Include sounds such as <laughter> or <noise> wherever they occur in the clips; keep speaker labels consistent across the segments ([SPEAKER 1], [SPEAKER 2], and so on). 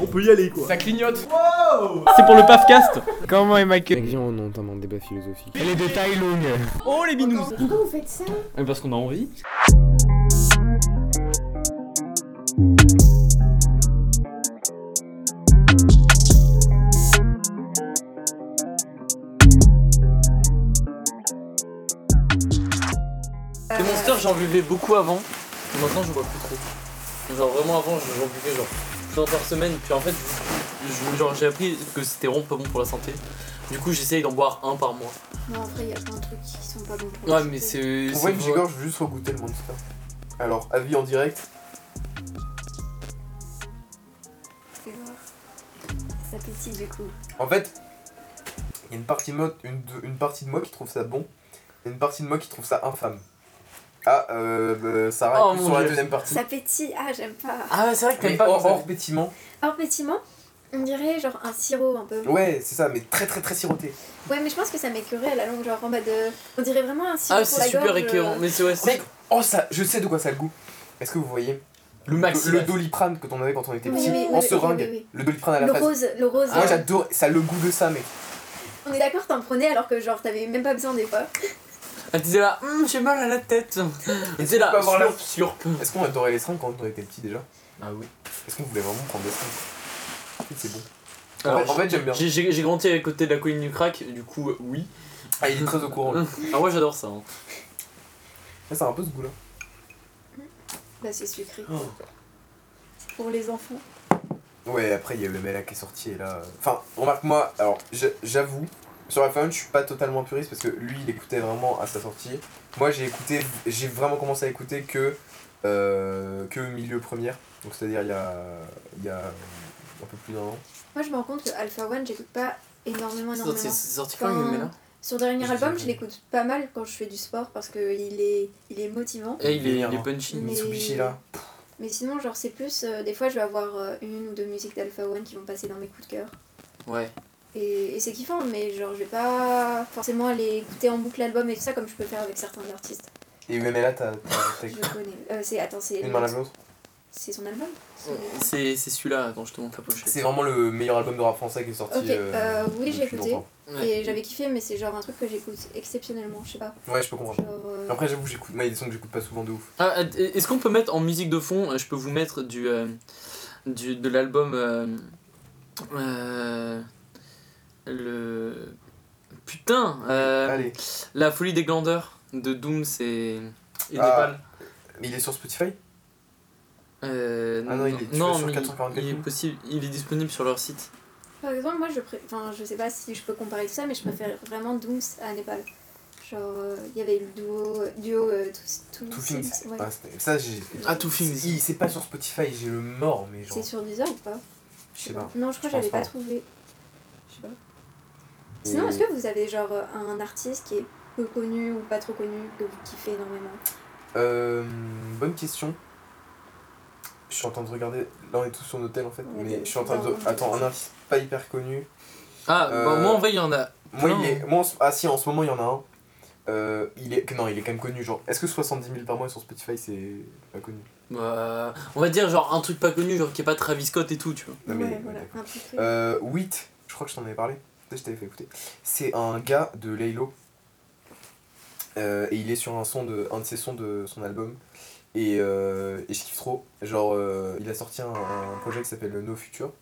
[SPEAKER 1] on peut y aller quoi.
[SPEAKER 2] Ça clignote.
[SPEAKER 3] C'est pour le PAFcast
[SPEAKER 4] Comment est ma queue
[SPEAKER 5] Révision en ont un débat philosophique.
[SPEAKER 4] Elle est de taille longue.
[SPEAKER 3] Oh les binous
[SPEAKER 6] Pourquoi vous faites ça
[SPEAKER 3] Mais Parce qu'on a envie.
[SPEAKER 7] Les monsters, j'en buvais beaucoup avant. Maintenant, je bois plus trop. Genre, vraiment avant, je- j'en buvais genre plusieurs par semaine. Puis en fait, je- je- genre, j'ai appris que c'était vraiment pas bon pour la santé. Du coup, j'essaye d'en boire un par mois.
[SPEAKER 6] Non, en vrai, il y a plein de trucs qui sont pas bons pour
[SPEAKER 7] Ouais,
[SPEAKER 6] le
[SPEAKER 7] mais
[SPEAKER 6] santé.
[SPEAKER 7] c'est.
[SPEAKER 8] Pour
[SPEAKER 7] c'est
[SPEAKER 8] moi, une gigorge, je veux juste regoûter le monster. Alors, avis en direct.
[SPEAKER 6] Fais voir. Ça pétille du coup.
[SPEAKER 8] En fait, il y a une partie, de moi, une, de- une partie de moi qui trouve ça bon, et une partie de moi qui trouve ça infâme. Ah, euh, euh, Sarah,
[SPEAKER 7] Oh,
[SPEAKER 8] plus
[SPEAKER 7] mon
[SPEAKER 8] sur la
[SPEAKER 7] Dieu.
[SPEAKER 8] deuxième partie.
[SPEAKER 6] Ça pétille, ah j'aime pas.
[SPEAKER 7] Ah, ouais, c'est vrai que t'aimes
[SPEAKER 8] Mais
[SPEAKER 7] pas.
[SPEAKER 8] hors,
[SPEAKER 7] quand ça-
[SPEAKER 8] hors pétiment.
[SPEAKER 6] Or pétillement, on dirait genre un sirop un peu.
[SPEAKER 8] Ouais, c'est ça, mais très très très siroté.
[SPEAKER 6] Ouais, mais je pense que ça m'écœurait à la longue, genre en bas de. On dirait vraiment un sirop
[SPEAKER 7] Ah,
[SPEAKER 6] pour
[SPEAKER 7] c'est
[SPEAKER 6] la gorge. euh,
[SPEAKER 7] super écœurant. Mais c'est ouais, c'est-
[SPEAKER 8] Mec, oh ça, je sais de quoi ça a le goût. Est-ce que vous voyez
[SPEAKER 7] Le
[SPEAKER 8] le,
[SPEAKER 7] maxi.
[SPEAKER 8] le doliprane que t'en avais quand on était
[SPEAKER 6] Oui,
[SPEAKER 8] petit,
[SPEAKER 6] oui,
[SPEAKER 8] en
[SPEAKER 6] oui,
[SPEAKER 8] seringue,
[SPEAKER 6] oui, oui.
[SPEAKER 8] le doliprane à la
[SPEAKER 6] Le
[SPEAKER 8] face.
[SPEAKER 6] rose, le rose.
[SPEAKER 8] Moi
[SPEAKER 7] Ah,
[SPEAKER 6] euh,
[SPEAKER 8] j'adore, ça a le goût de ça, mec.
[SPEAKER 6] On est d'accord, t'en prenais alors que genre t'avais même pas besoin des fois.
[SPEAKER 7] Elle disait là, Hum, j'ai mal à la tête. <laughs> Elle disait là,
[SPEAKER 8] qu'on peut avoir la-
[SPEAKER 7] slurp, slurp.
[SPEAKER 8] Est-ce qu'on adorait les seringues quand on était petit déjà
[SPEAKER 7] Ah oui.
[SPEAKER 8] Est-ce qu'on voulait vraiment prendre des seringues C'est bon.
[SPEAKER 7] Alors,
[SPEAKER 8] en fait, j'aime bien.
[SPEAKER 7] J'ai- J'ai j'ai grandi à côté de la colline du crack, du coup, euh, oui.
[SPEAKER 8] Ah, il est très au courant. lui.
[SPEAKER 7] Ah, ouais, j'adore ça. hein.
[SPEAKER 8] Là, ça a Ah, un peu ce goût-là.
[SPEAKER 6] Bah, c'est sucré.
[SPEAKER 8] Oh.
[SPEAKER 6] C'est Pour les enfants.
[SPEAKER 8] Ouais, après, il y a eu le Mela qui est sorti, et là. euh, Enfin, remarque-moi, alors, j'a- j'avoue, sur la fin, je suis pas totalement puriste parce que lui, il écoutait vraiment à sa sortie. Moi, j'ai écouté, j'ai vraiment commencé à écouter que. euh, que milieu première. Donc, c'est-à-dire, il y a. Il y a. euh, un peu plus d'un an.
[SPEAKER 6] Moi, je me rends compte que Alpha One, j'écoute pas énormément,
[SPEAKER 7] C'est
[SPEAKER 6] énormément.
[SPEAKER 7] sorti- c'est sorti quand, le
[SPEAKER 6] Enfin,
[SPEAKER 7] Mela
[SPEAKER 6] Son dernier
[SPEAKER 8] Je
[SPEAKER 6] album,
[SPEAKER 8] sais
[SPEAKER 6] je l'écoute pas mal quand je fais du sport parce que il est, il est motivant.
[SPEAKER 7] Eh, il est- il est
[SPEAKER 8] Délire.
[SPEAKER 7] punchy.
[SPEAKER 6] Mais-
[SPEAKER 8] Mitsubishi, là.
[SPEAKER 6] Mais sinon, genre, c'est plus. euh, des fois, je vais avoir euh, une ou deux musiques d'Alpha One qui vont passer dans mes coups de cœur.
[SPEAKER 7] Ouais.
[SPEAKER 6] Et, et c'est kiffant, mais genre, je vais pas forcément aller écouter en boucle l'album et tout ça comme je peux faire avec certains artistes.
[SPEAKER 8] Et le Mela, t'as. t'as-
[SPEAKER 6] <laughs> Je
[SPEAKER 8] t'as-
[SPEAKER 6] connais. Euh, c'est, attends, c'est,
[SPEAKER 8] Une main à l'autre.
[SPEAKER 6] c'est son album
[SPEAKER 7] C'est c'est celui-là, attends, je te montre la pochette.
[SPEAKER 8] C'est vraiment le meilleur album de rap français qui est sorti.
[SPEAKER 6] Ok,
[SPEAKER 8] euh,
[SPEAKER 6] euh, oui, j'ai
[SPEAKER 8] depuis
[SPEAKER 6] écouté.
[SPEAKER 8] longtemps.
[SPEAKER 7] Ouais.
[SPEAKER 6] Et j'avais kiffé, mais c'est genre un truc que j'écoute exceptionnellement, je sais pas.
[SPEAKER 8] Ouais, je peux comprendre.
[SPEAKER 6] Genre, euh,
[SPEAKER 8] Après, j'avoue, j'écoute. Moi, il y a des sons que j'écoute pas souvent de ouf.
[SPEAKER 7] Ah, Est-ce qu'on peut mettre en musique de fond euh, Je peux vous mettre du, euh, du de l'album euh, euh, le putain euh,
[SPEAKER 8] Allez.
[SPEAKER 7] la folie des glandeurs de Dooms et, et
[SPEAKER 8] Ah.
[SPEAKER 7] Népal.
[SPEAKER 8] Mais il est sur Spotify
[SPEAKER 7] Euh,
[SPEAKER 8] Ah non, il est- tu vas sur
[SPEAKER 7] mais
[SPEAKER 8] 444
[SPEAKER 7] il est
[SPEAKER 8] coups.
[SPEAKER 7] possible, il est disponible sur leur site.
[SPEAKER 6] Par exemple, moi je pré... enfin, je sais pas si je peux comparer tout ça, mais je préfère vraiment Dooms à Népal. Genre, euh, il y avait le duo, duo euh, tout, tout,
[SPEAKER 8] Two Things.
[SPEAKER 6] ouais.
[SPEAKER 8] Ah, c'était- ça, j'ai.
[SPEAKER 7] Ah tout film.
[SPEAKER 8] Il- C'est pas sur Spotify, j'ai le mort, mais genre.
[SPEAKER 6] C'est sur Deezer ou pas
[SPEAKER 8] Je sais pas.
[SPEAKER 6] Non, je crois
[SPEAKER 8] Je
[SPEAKER 6] que j'avais
[SPEAKER 8] pense
[SPEAKER 6] pas
[SPEAKER 8] pas.
[SPEAKER 6] trouvé. Je sais pas. Sinon,
[SPEAKER 8] Et-
[SPEAKER 6] est-ce que vous avez genre un artiste qui est peu connu ou pas trop connu que vous kiffez énormément
[SPEAKER 8] Euh, bonne question. Je suis en train de regarder. Là, on est tous sur nos hôtel en fait.
[SPEAKER 6] On est
[SPEAKER 8] mais
[SPEAKER 6] des-
[SPEAKER 8] je suis en train de.
[SPEAKER 6] dans-
[SPEAKER 8] Attends, un artiste pas hyper connu.
[SPEAKER 7] Ah
[SPEAKER 8] Euh,
[SPEAKER 7] bah, moi en vrai il y en a.
[SPEAKER 8] Moi,
[SPEAKER 7] Non.
[SPEAKER 8] il est. Moi, en ce- Ah, si, en ce moment, il y en a un. Euh, il est... Non, il est quand même connu. Genre, est-ce que 70 000 par mois sur Spotify, c'est pas connu
[SPEAKER 7] bah, on va dire genre un truc pas connu genre qui est pas Travis Scott et tout tu vois.
[SPEAKER 8] Non, mais-
[SPEAKER 6] Ouais,
[SPEAKER 8] ouais,
[SPEAKER 6] voilà,
[SPEAKER 8] d'accord.
[SPEAKER 6] un petit truc.
[SPEAKER 8] Euh, Wheat, je crois que je t'en avais parlé. Peut-être que je t'avais fait écouter. C'est un gars de Laylo. Euh, et il est sur un son de un de ses sons de son album. Et, euh, et je kiffe trop. Genre, euh, il a sorti un, un projet qui s'appelle No Future.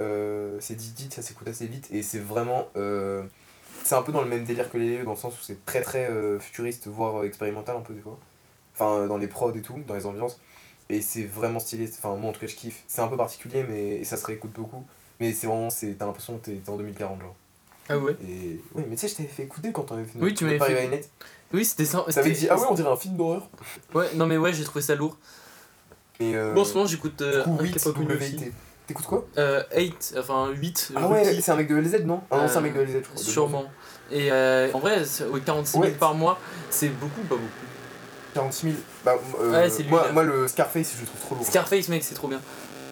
[SPEAKER 8] Euh, c'est dit ça s'écoute assez vite. Et c'est vraiment. euh, c'est un peu dans le même délire que Laylo, dans le sens où c'est très très euh, futuriste, voire euh, expérimental un peu des fois. Enfin, euh, dans les prods et tout, dans les ambiances. Et c'est vraiment stylé. Enfin, moi en tout cas, je kiffe. C'est un peu particulier, mais et ça se réécoute beaucoup. Mais c'est vraiment, c'est- t'as l'impression que t'es t'es en 2040, genre.
[SPEAKER 7] Ah ouais.
[SPEAKER 8] Et... Oui, mais tu sais, je t'avais fait écouter quand on avait fait
[SPEAKER 7] Oui, tu m'avais
[SPEAKER 8] Paris
[SPEAKER 7] fait-
[SPEAKER 8] by Night.
[SPEAKER 7] Oui c'était ça.
[SPEAKER 8] T'avais
[SPEAKER 7] c'était-
[SPEAKER 8] dit, ah ouais, on dirait un film d'horreur.
[SPEAKER 7] Ouais non mais ouais j'ai trouvé ça lourd.
[SPEAKER 8] Mais euh...
[SPEAKER 7] Bon en ce moment j'écoute
[SPEAKER 8] du
[SPEAKER 7] euh,
[SPEAKER 8] coup,
[SPEAKER 7] un qui
[SPEAKER 8] 8
[SPEAKER 7] est pas connu aussi.
[SPEAKER 8] WIT. T'écoutes quoi
[SPEAKER 7] Euh, 8, enfin 8,
[SPEAKER 8] Ah ouais, c'est un mec de LZ, non Ah non, c'est un mec de LZ, je crois.
[SPEAKER 7] sûrement. Et euh, en vrai, c'est- ouais, 46 000
[SPEAKER 8] Ouais.
[SPEAKER 7] par mois, c'est beaucoup, pas beaucoup.
[SPEAKER 8] 46 000. Bah, euh,
[SPEAKER 7] Ouais, c'est lui,
[SPEAKER 8] moi,
[SPEAKER 7] là.
[SPEAKER 8] moi, le Scarface, je le trouve trop lourd.
[SPEAKER 7] Scarface, mec, c'est trop bien.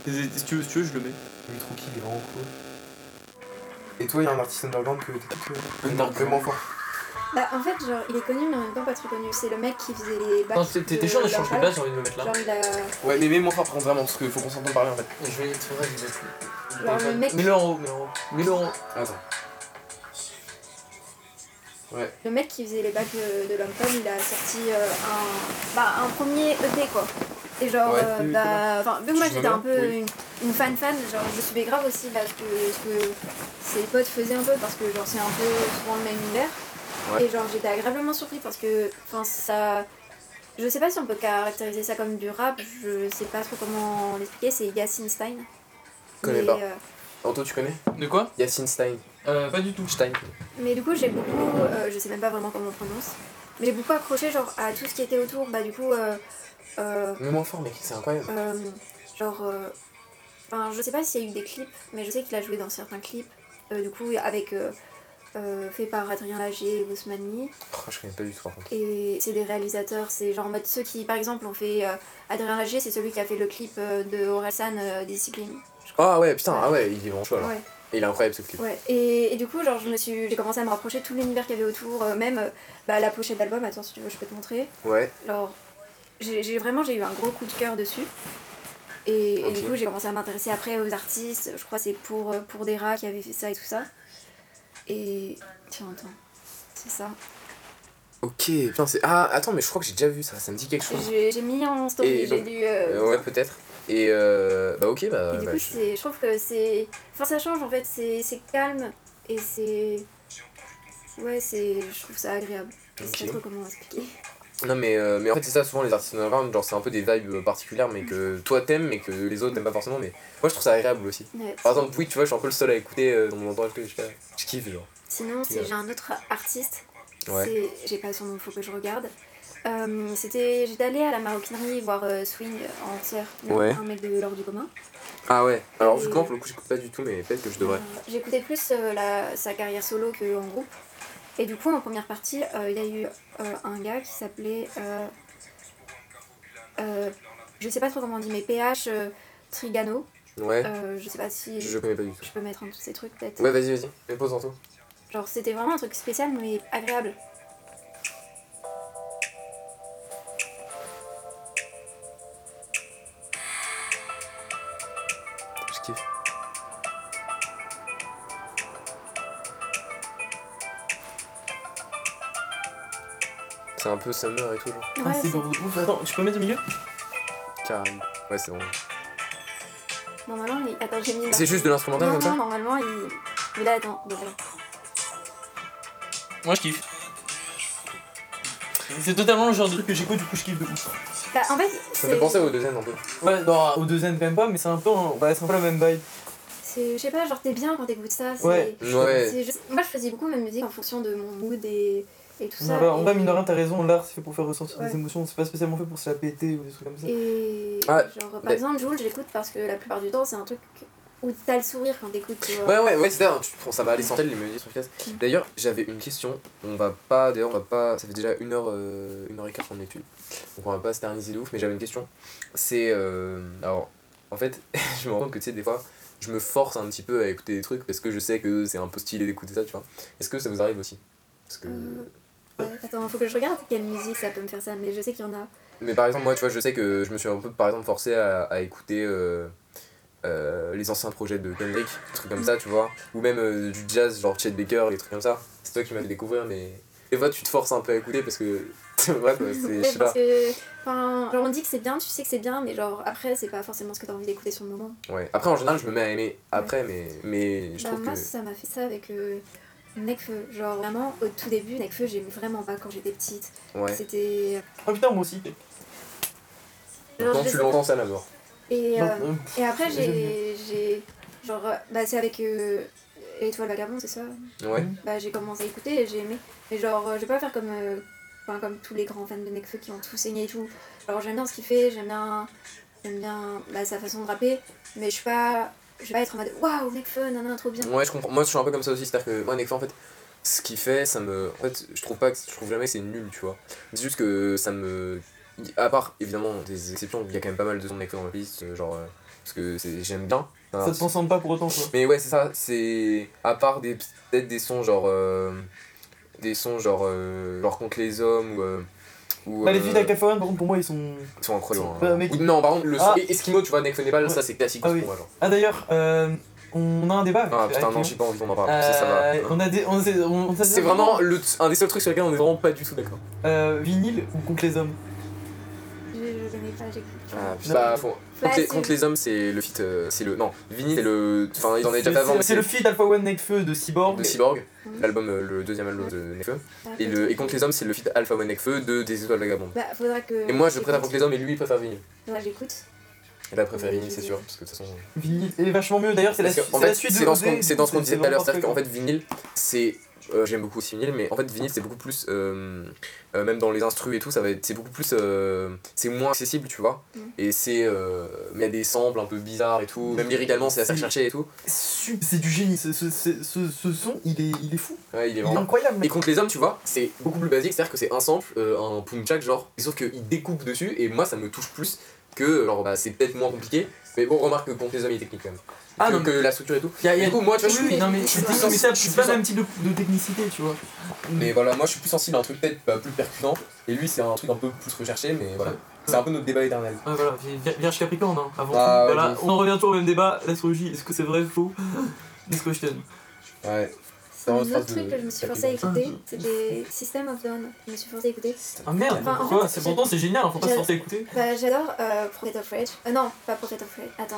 [SPEAKER 7] Et- Si tu veux, si tu veux, je le mets.
[SPEAKER 8] Je le trouve qu'il est vraiment cool. Et toi, il y a un artiste underground que t'écoutes euh,
[SPEAKER 7] Underground.
[SPEAKER 8] vraiment fort.
[SPEAKER 6] Bah, en fait, genre, il est connu, mais en même temps pas très connu. C'est le mec qui faisait les bacs.
[SPEAKER 7] Non, t'es- t'es
[SPEAKER 6] de
[SPEAKER 7] t'es sûr de
[SPEAKER 6] leur
[SPEAKER 7] changer de
[SPEAKER 6] bac.
[SPEAKER 7] place, j'ai envie de me mettre là.
[SPEAKER 6] Genre, il a.
[SPEAKER 8] Ouais, mais mets-moi fort prendre vraiment, parce qu'il faut qu'on s'entende parler en fait.
[SPEAKER 7] Je vais être vrai, je vais
[SPEAKER 6] Genre, le mec-
[SPEAKER 7] être. 1000 euros, 1000 euros. 1000 euros.
[SPEAKER 8] Attends. Ouais.
[SPEAKER 6] Le mec qui faisait les bacs de, de l'homme pomme, il a sorti euh, un, bah, un premier EP quoi. Et genre,
[SPEAKER 8] Ouais,
[SPEAKER 6] euh,
[SPEAKER 8] oui,
[SPEAKER 6] bah, enfin, donc moi
[SPEAKER 8] Je me
[SPEAKER 6] j'étais un peu
[SPEAKER 8] souviens, oui.
[SPEAKER 6] une, une fan fan, genre je suivais grave aussi bah, ce, que, ce que ses potes faisaient un peu parce que genre c'est un peu souvent le même univers.
[SPEAKER 8] Ouais.
[SPEAKER 6] Et genre j'étais agréablement surprise parce que enfin ça. Je sais pas si on peut caractériser ça comme du rap, je sais pas trop comment l'expliquer, c'est Yassine Stein.
[SPEAKER 8] Je connais
[SPEAKER 6] Mais,
[SPEAKER 8] pas.
[SPEAKER 6] euh,
[SPEAKER 8] Anto, tu connais
[SPEAKER 7] De quoi
[SPEAKER 8] Yacine Stein.
[SPEAKER 7] Euh, pas du tout.
[SPEAKER 8] Stein.
[SPEAKER 6] Mais du coup, j'ai beaucoup, euh, je sais même pas vraiment comment on prononce, mais j'ai beaucoup accroché genre à tout ce qui était autour. Bah du coup, euh, euh,
[SPEAKER 8] Mets-moi fort, mec, c'est incroyable.
[SPEAKER 6] euh, genre, euh, enfin, je sais pas s'il y a eu des clips, mais je sais qu'il a joué dans certains clips. Euh, du coup, avec euh, euh, fait par Adrien Lagier et Guzmani.
[SPEAKER 8] Oh, je connais pas du tout par contre.
[SPEAKER 6] Et c'est des réalisateurs, c'est genre en mode ceux qui, par exemple, ont fait euh, Adrien Lagier, c'est celui qui a fait le clip euh, de Orelsan euh, Discipline.
[SPEAKER 8] Ah ouais, putain, ah ouais, il est vraiment chaud alors.
[SPEAKER 6] Ouais.
[SPEAKER 8] Et il est incroyable ce clip.
[SPEAKER 6] Ouais, et, et du coup, genre, je me suis, j'ai commencé à me rapprocher de tout l'univers qu'il y avait autour, euh, même euh, bah, la pochette d'album. Attends, si tu veux, je peux te montrer.
[SPEAKER 8] Ouais.
[SPEAKER 6] Alors, j'ai j'ai- vraiment j'ai eu un gros coup de cœur dessus. Et, et
[SPEAKER 8] Ok.
[SPEAKER 6] du coup, j'ai commencé à m'intéresser après aux artistes. Je crois que c'est pour, euh, pour des rats qui avaient fait ça et tout ça. Et. Tiens, attends. C'est ça.
[SPEAKER 8] Ok, putain, c'est. Ah, attends, mais je crois que j'ai déjà vu ça, ça me dit quelque chose.
[SPEAKER 6] J'ai j'ai mis en story,
[SPEAKER 8] Et
[SPEAKER 6] j'ai
[SPEAKER 8] donc,
[SPEAKER 6] dû. euh,
[SPEAKER 8] Euh, ouais, peut-être. Et euh. Bah, ok, bah.
[SPEAKER 6] Et du
[SPEAKER 8] bah,
[SPEAKER 6] coup,
[SPEAKER 8] je-
[SPEAKER 6] c'est- je trouve que c'est. Enfin, ça change en fait, c'est c'est calme et c'est. Ouais, c'est. Je trouve ça agréable. Je sais
[SPEAKER 8] Ok.
[SPEAKER 6] pas trop comment expliquer. <laughs>
[SPEAKER 8] Non mais, euh, mais en fait c'est ça souvent les artistes underground, genre c'est un peu des vibes euh, particulières mais que toi t'aimes mais que les autres n'aiment pas forcément mais moi je trouve ça agréable aussi.
[SPEAKER 6] Ouais.
[SPEAKER 8] Par exemple oui tu vois je suis un peu le seul à écouter euh, dans mon entourage que je fais. Je kiffe genre.
[SPEAKER 6] Sinon, si
[SPEAKER 8] Ouais.
[SPEAKER 6] j'ai un autre artiste,
[SPEAKER 8] Ouais.
[SPEAKER 6] c'est- j'ai pas son nom, faut que je regarde. Euh, C'était. J'étais allée à la maroquinerie voir euh, Swing en concert,
[SPEAKER 8] Ouais.
[SPEAKER 6] un mec de l'ordre du commun.
[SPEAKER 8] Ah ouais. Alors
[SPEAKER 6] Et-
[SPEAKER 8] justement pour le coup j'écoute pas du tout mais peut-être que je devrais.
[SPEAKER 6] Euh, J'écoutais plus euh, la, sa carrière solo qu'en groupe. Et du coup, en première partie, euh, il y a eu euh, un gars qui s'appelait. euh, euh, je sais pas trop comment on dit, mais PH euh, Trigano.
[SPEAKER 8] Ouais.
[SPEAKER 6] Euh, je sais pas si
[SPEAKER 8] Je
[SPEAKER 6] je
[SPEAKER 8] connais pas du tout.
[SPEAKER 6] peux mettre un de tous ces trucs peut-être.
[SPEAKER 8] Ouais vas-y vas-y. Mais pose en tout.
[SPEAKER 6] Genre, c'était vraiment un truc spécial mais agréable.
[SPEAKER 8] Je kiffe. C'est un peu summer et tout genre.
[SPEAKER 6] Ouais,
[SPEAKER 3] Ah, c'est
[SPEAKER 6] c'est-
[SPEAKER 3] bon. Attends, tu peux mettre au milieu
[SPEAKER 8] Carrément. Ouais c'est bon.
[SPEAKER 6] Normalement, il... attends, j'ai mis.
[SPEAKER 8] C'est juste de
[SPEAKER 6] non,
[SPEAKER 8] l'instrumental
[SPEAKER 6] non,
[SPEAKER 8] comme ça
[SPEAKER 6] normalement, il. Mais là, attends, désolé.
[SPEAKER 7] Moi je kiffe. C'est totalement le genre de truc que j'écoute, du coup je kiffe de ouf.
[SPEAKER 6] Bah, en fait,
[SPEAKER 8] Ça fait
[SPEAKER 6] c'est.
[SPEAKER 8] penser aux deux ends un peu.
[SPEAKER 7] Ouais, non, au deuxième quand même pas, mais c'est un peu, un- bah, c'est un peu la même vibe.
[SPEAKER 6] c'est- Je sais pas, genre, t'es bien quand t'écoutes ça. c'est-
[SPEAKER 7] Ouais.
[SPEAKER 8] Ouais.
[SPEAKER 6] C'est juste- Moi, je faisais beaucoup ma musique en fonction de mon mood et, et tout ça.
[SPEAKER 7] Voilà, en
[SPEAKER 6] et-
[SPEAKER 7] vrai, bah, mine de rien, t'as raison, l'art c'est fait pour faire ressentir
[SPEAKER 6] Ouais.
[SPEAKER 7] des émotions, c'est pas spécialement fait pour se la péter ou des trucs comme ça.
[SPEAKER 6] Et
[SPEAKER 8] Ah,
[SPEAKER 6] genre, par
[SPEAKER 8] mais-
[SPEAKER 6] exemple, Joule, je l'écoute parce que la plupart du temps, c'est un truc où t'as le sourire quand t'écoutes. tu vois.
[SPEAKER 8] Ouais, ouais, ouais, c'est ça, hein. tu prends, ça va à l'essentiel, les mélodies sont efficaces. D'ailleurs, j'avais une question, on va pas, d'ailleurs, on va pas, ça fait déjà une heure, euh, une heure et quart qu'on est dessus, donc on va pas s'éterniser de ouf, mais j'avais une question. C'est, euh, alors, en fait, <laughs> je me rends compte que, tu sais, des fois, je me force un petit peu à écouter des trucs parce que je sais que c'est un peu stylé d'écouter ça, tu vois. Est-ce que ça vous arrive aussi Parce que...
[SPEAKER 6] Euh. Ouais, Attends, faut que je regarde quelle musique ça peut me faire ça, mais je sais qu'il y en a.
[SPEAKER 8] Mais par exemple, moi, tu vois, je sais que je me suis un peu, par exemple, forcé à, à écouter euh, euh, les anciens projets de Kendrick, des trucs comme ça, tu vois. Ou même euh, du jazz, genre Chet Baker, des trucs comme ça. C'est toi qui m'as fait découvrir, mais des fois, tu te forces un peu à écouter parce que. <laughs> Bref, c'est. Je
[SPEAKER 6] Ouais,
[SPEAKER 8] sais
[SPEAKER 6] parce
[SPEAKER 8] pas.
[SPEAKER 6] que, enfin, genre, on dit que c'est bien, tu sais que c'est bien, mais genre, après, c'est pas forcément ce que t'as envie d'écouter sur le moment.
[SPEAKER 8] Ouais. Après, en général, je me mets à aimer après, mais, mais je
[SPEAKER 6] Bah,
[SPEAKER 8] trouve
[SPEAKER 6] moi,
[SPEAKER 8] que.
[SPEAKER 6] ça m'a fait ça avec euh, Necfeu. Genre, vraiment, au tout début, Necfeu, j'aimais vraiment pas quand j'étais petite.
[SPEAKER 8] Ouais.
[SPEAKER 6] C'était. euh,
[SPEAKER 7] Ah putain, moi aussi.
[SPEAKER 6] Genre,
[SPEAKER 8] Quand
[SPEAKER 6] je
[SPEAKER 8] tu
[SPEAKER 6] sais-
[SPEAKER 8] l'entends, ça la mort.
[SPEAKER 6] Et, euh,
[SPEAKER 7] Non,
[SPEAKER 6] Et après,
[SPEAKER 7] J'aime
[SPEAKER 6] j'ai. j'ai- Genre, euh, bah, c'est avec euh, Étoile Vagabond, c'est ça
[SPEAKER 8] Ouais.
[SPEAKER 6] Bah, j'ai commencé à écouter et j'ai aimé. Mais genre, euh, je vais pas faire comme. euh, Enfin, comme tous les grands fans de Nekfeu qui ont tout saigné et tout. Genre, j'aime bien ce qu'il fait, j'aime bien. J'aime bien bah, sa façon de rapper, mais je suis pas. Je vais pas être en mode waouh, Nekfeu, nanana, trop bien.
[SPEAKER 8] Ouais, je comprends. Moi, je suis un peu comme ça aussi. C'est-à-dire que moi, Nekfeu, en fait, ce qu'il fait, ça me. En fait, je trouve pas que je trouve jamais que c'est nul, tu vois. C'est juste que ça me. À part, évidemment, des exceptions, il y a quand même pas mal de sons de Nekfeu dans ma liste, euh, genre. euh, parce que c'est- j'aime bien. Enfin,
[SPEAKER 7] Ça te transcende pas pour autant, quoi.
[SPEAKER 8] mais ouais, c'est ça. C'est. À part des peut-être des sons genre. euh, des sons genre, euh, genre contre les hommes ou. euh, ou
[SPEAKER 1] Bah, les
[SPEAKER 8] euh,
[SPEAKER 1] filles d'Alka Foreign, par contre, pour moi, ils sont.
[SPEAKER 8] ils sont incroyables.
[SPEAKER 1] Euh,
[SPEAKER 8] hein.
[SPEAKER 1] mais-
[SPEAKER 8] Ou- non, par contre, le
[SPEAKER 1] Ah.
[SPEAKER 8] son Eskimo, tu vois, Next Nepal, ça c'est classique
[SPEAKER 1] Ah
[SPEAKER 8] pour
[SPEAKER 1] oui.
[SPEAKER 8] moi. Genre.
[SPEAKER 1] Ah, d'ailleurs, euh, on a un débat.
[SPEAKER 8] Ah
[SPEAKER 1] avec-
[SPEAKER 8] putain, non,
[SPEAKER 1] avec
[SPEAKER 8] j'ai pas envie, on en parle.
[SPEAKER 1] Léon.
[SPEAKER 8] Ça, ça va.
[SPEAKER 1] Euh, On a des. on s'est- on- on s'est-
[SPEAKER 8] C'est vraiment le, un des seuls trucs sur lesquels on est vraiment pas du tout d'accord.
[SPEAKER 1] Euh, vinyle ou contre les hommes
[SPEAKER 6] Je, je connais pas, j'écoute.
[SPEAKER 8] Ah,
[SPEAKER 1] Non.
[SPEAKER 8] bah, faut-
[SPEAKER 6] Bah,
[SPEAKER 8] Contre, les,
[SPEAKER 6] c'est-
[SPEAKER 8] contre les hommes, c'est le fit, c'est le. Non, Vinny, c'est le. Enfin, ils Ah, en avaient déjà
[SPEAKER 1] C'est-
[SPEAKER 8] fait avant. mais
[SPEAKER 1] C'est le feat Alpha One Nekfeu de Cyborg.
[SPEAKER 8] de Cyborg, l'album, euh, le deuxième album de Nekfeu. Et, le, et contre les hommes, c'est le feat Alpha One Nekfeu de Des Étoiles Vagabondes.
[SPEAKER 6] Bah, faudra que.
[SPEAKER 8] Et moi, je préfère
[SPEAKER 6] j'écoute.
[SPEAKER 8] contre les hommes et lui, il préfère Vinny.
[SPEAKER 6] Ouais, j'écoute.
[SPEAKER 8] Et là, il préfère Vinny, c'est sûr, parce que de toute façon.
[SPEAKER 1] Vinyle est vachement mieux. D'ailleurs, c'est la,
[SPEAKER 8] Parce que,
[SPEAKER 1] su-
[SPEAKER 8] en
[SPEAKER 1] c'est la
[SPEAKER 8] fait,
[SPEAKER 1] suite
[SPEAKER 8] c'est
[SPEAKER 1] de
[SPEAKER 8] dans ce
[SPEAKER 1] OD,
[SPEAKER 8] qu'on c'est dans ce qu'on
[SPEAKER 1] c'est
[SPEAKER 8] disait tout à l'heure,
[SPEAKER 1] n'importe
[SPEAKER 8] c'est-à-dire qu'en
[SPEAKER 1] quoi.
[SPEAKER 8] fait, vinyle, c'est. euh, J'aime beaucoup aussi vinyle, mais en fait, vinyle, c'est beaucoup plus. euh, euh, même dans les instrus et tout, ça va être. C'est beaucoup plus. euh, c'est moins accessible, tu vois.
[SPEAKER 6] Mm.
[SPEAKER 8] Et c'est. euh, mais il y a des samples un peu bizarres et
[SPEAKER 1] Mm.
[SPEAKER 8] tout. Même lyricalement, c'est assez recherché et tout.
[SPEAKER 1] Su- C'est du génie. Ce, ce- ce- ce- ce son, il est, il est fou.
[SPEAKER 8] Ouais, il est
[SPEAKER 1] Il est
[SPEAKER 8] vraiment.
[SPEAKER 1] incroyable.
[SPEAKER 8] Et
[SPEAKER 1] mec.
[SPEAKER 8] contre les hommes, tu vois, c'est beaucoup plus basique, c'est-à-dire que c'est un sample, euh, un punchak genre, sauf qu'il découpe dessus, et moi ça me touche plus que, genre, bah c'est peut-être moins compliqué, mais bon, remarque que contre les hommes il est technique quand même.
[SPEAKER 1] Ah,
[SPEAKER 8] que,
[SPEAKER 1] non,
[SPEAKER 8] que la structure et tout.
[SPEAKER 1] Y a- y a-
[SPEAKER 8] Du coup, moi, tu vois, je
[SPEAKER 1] Oui,
[SPEAKER 8] suis.
[SPEAKER 1] non, mais je suis
[SPEAKER 8] plus
[SPEAKER 1] plus sensible.
[SPEAKER 8] je suis
[SPEAKER 1] C'est pas
[SPEAKER 8] plus
[SPEAKER 1] le même type de, de technicité, tu vois.
[SPEAKER 8] Mais voilà, moi je suis plus sensible à un truc peut-être bah, plus percutant, et lui c'est un truc un peu plus recherché, mais voilà. C'est un peu notre débat éternel.
[SPEAKER 7] Ouais, Euh, voilà, vi- vi- Vierge Capricorne, hein, avant
[SPEAKER 8] Ah,
[SPEAKER 7] tout.
[SPEAKER 8] ouais,
[SPEAKER 7] Voilà,
[SPEAKER 8] de ouf.
[SPEAKER 7] on en revient toujours au même débat, l'astrologie, est-ce que c'est vrai ou faux Next question.
[SPEAKER 8] Ouais.
[SPEAKER 6] Un
[SPEAKER 8] vraiment une
[SPEAKER 6] autre
[SPEAKER 8] phrase
[SPEAKER 6] truc
[SPEAKER 8] de-
[SPEAKER 6] que je me suis
[SPEAKER 8] de
[SPEAKER 6] forcée à
[SPEAKER 1] Captain.
[SPEAKER 6] écouter, c'était System of Down. Je me suis forcée à écouter.
[SPEAKER 7] Ah merde,
[SPEAKER 6] Enfin, en
[SPEAKER 7] quoi,
[SPEAKER 6] fait,
[SPEAKER 7] c'est
[SPEAKER 6] j'ai-
[SPEAKER 7] pourtant c'est génial, hein, faut pas se
[SPEAKER 6] j'ai-
[SPEAKER 7] forcer à écouter.
[SPEAKER 6] Bah, j'adore euh, Prophet of Rage. Euh, non, pas Prophet of Rage. Attends.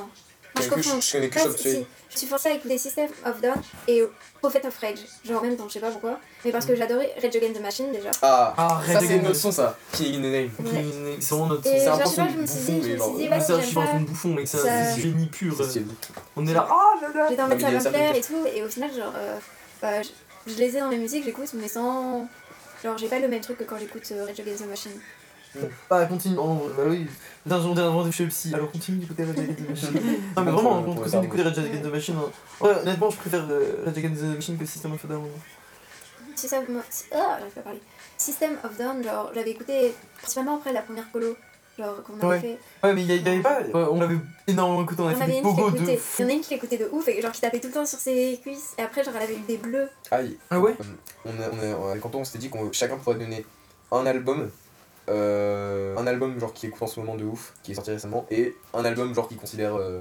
[SPEAKER 6] Non, je
[SPEAKER 8] Quelque
[SPEAKER 6] confonds.
[SPEAKER 8] chose- je connais quelque
[SPEAKER 6] Ouais,
[SPEAKER 8] chose
[SPEAKER 6] si,
[SPEAKER 8] dessus.
[SPEAKER 6] si. Je suis forcée à écouter System of Down et Prophet of Rage. Genre en même temps, je sais pas pourquoi. Mais
[SPEAKER 8] Mm.
[SPEAKER 6] parce que j'adorais Rage Against the Machine déjà.
[SPEAKER 8] Ah,
[SPEAKER 7] Ah,
[SPEAKER 8] ça c'est notre son ça. Killing in the name.
[SPEAKER 7] Ok,
[SPEAKER 6] Ouais.
[SPEAKER 7] mais C'est vraiment notre
[SPEAKER 6] Et
[SPEAKER 8] C'est
[SPEAKER 6] genre,
[SPEAKER 8] un
[SPEAKER 6] je sais
[SPEAKER 8] peu
[SPEAKER 6] pas, je me suis
[SPEAKER 8] bouffon,
[SPEAKER 6] dit,
[SPEAKER 8] mais
[SPEAKER 6] je me
[SPEAKER 8] genre,
[SPEAKER 6] suis dit,
[SPEAKER 7] Mais
[SPEAKER 6] ouais,
[SPEAKER 7] ça,
[SPEAKER 6] j'aime
[SPEAKER 7] je suis un
[SPEAKER 6] pas.
[SPEAKER 7] de bouffon, mec, c'est
[SPEAKER 6] Ça-
[SPEAKER 7] un génie pur. Euh,
[SPEAKER 8] C'est stylé.
[SPEAKER 7] On est là, ah là là
[SPEAKER 6] J'étais en
[SPEAKER 8] Ah,
[SPEAKER 6] mode
[SPEAKER 8] mais
[SPEAKER 6] ça
[SPEAKER 8] il y
[SPEAKER 6] va
[SPEAKER 8] a
[SPEAKER 6] me
[SPEAKER 8] ça,
[SPEAKER 6] plaire et tout. Et au final, genre, euh, bah, je, je les ai dans mes musiques, j'écoute, mais sans. Genre, j'ai pas le même truc que quand j'écoute euh, Rage Against the Machine.
[SPEAKER 1] Bah, continue. En vrai, bah oui. Putain, j'en ai inventé chez le psy. Alors, continue d'écouter Red Jacket the
[SPEAKER 8] <laughs>
[SPEAKER 1] Machine. non, mais vraiment, on
[SPEAKER 8] Ouais,
[SPEAKER 1] continue
[SPEAKER 8] ouais,
[SPEAKER 1] d'écouter Red Jacket the Machine. hein. Ouais, honnêtement, je préfère euh, Red Jacket the Machine que System of a Down.
[SPEAKER 6] System of... Ah, j'arrive pas à parler. System of Down, genre, j'avais écouté principalement après la première colo, genre, qu'on avait
[SPEAKER 1] Ouais.
[SPEAKER 6] fait.
[SPEAKER 1] Ouais, mais il y, a- il y avait pas. ouais, on l'avait énormément écouté. On a
[SPEAKER 6] Il y en
[SPEAKER 1] fait
[SPEAKER 6] avait
[SPEAKER 1] des
[SPEAKER 6] une qui
[SPEAKER 1] pogos de.
[SPEAKER 6] l'écoutait. Il y en a une qui l'écoutait de ouf et genre qui tapait tout le temps sur ses cuisses. Et après, genre, elle avait eu des bleus.
[SPEAKER 8] Aïe.
[SPEAKER 1] Ah ouais
[SPEAKER 8] Euh, on a, on a- on a- quand on s'était dit qu'on chacun pourrait donner un album euh, un album genre qui écoute en ce moment de ouf qui est sorti récemment et un album genre qu'il considère euh,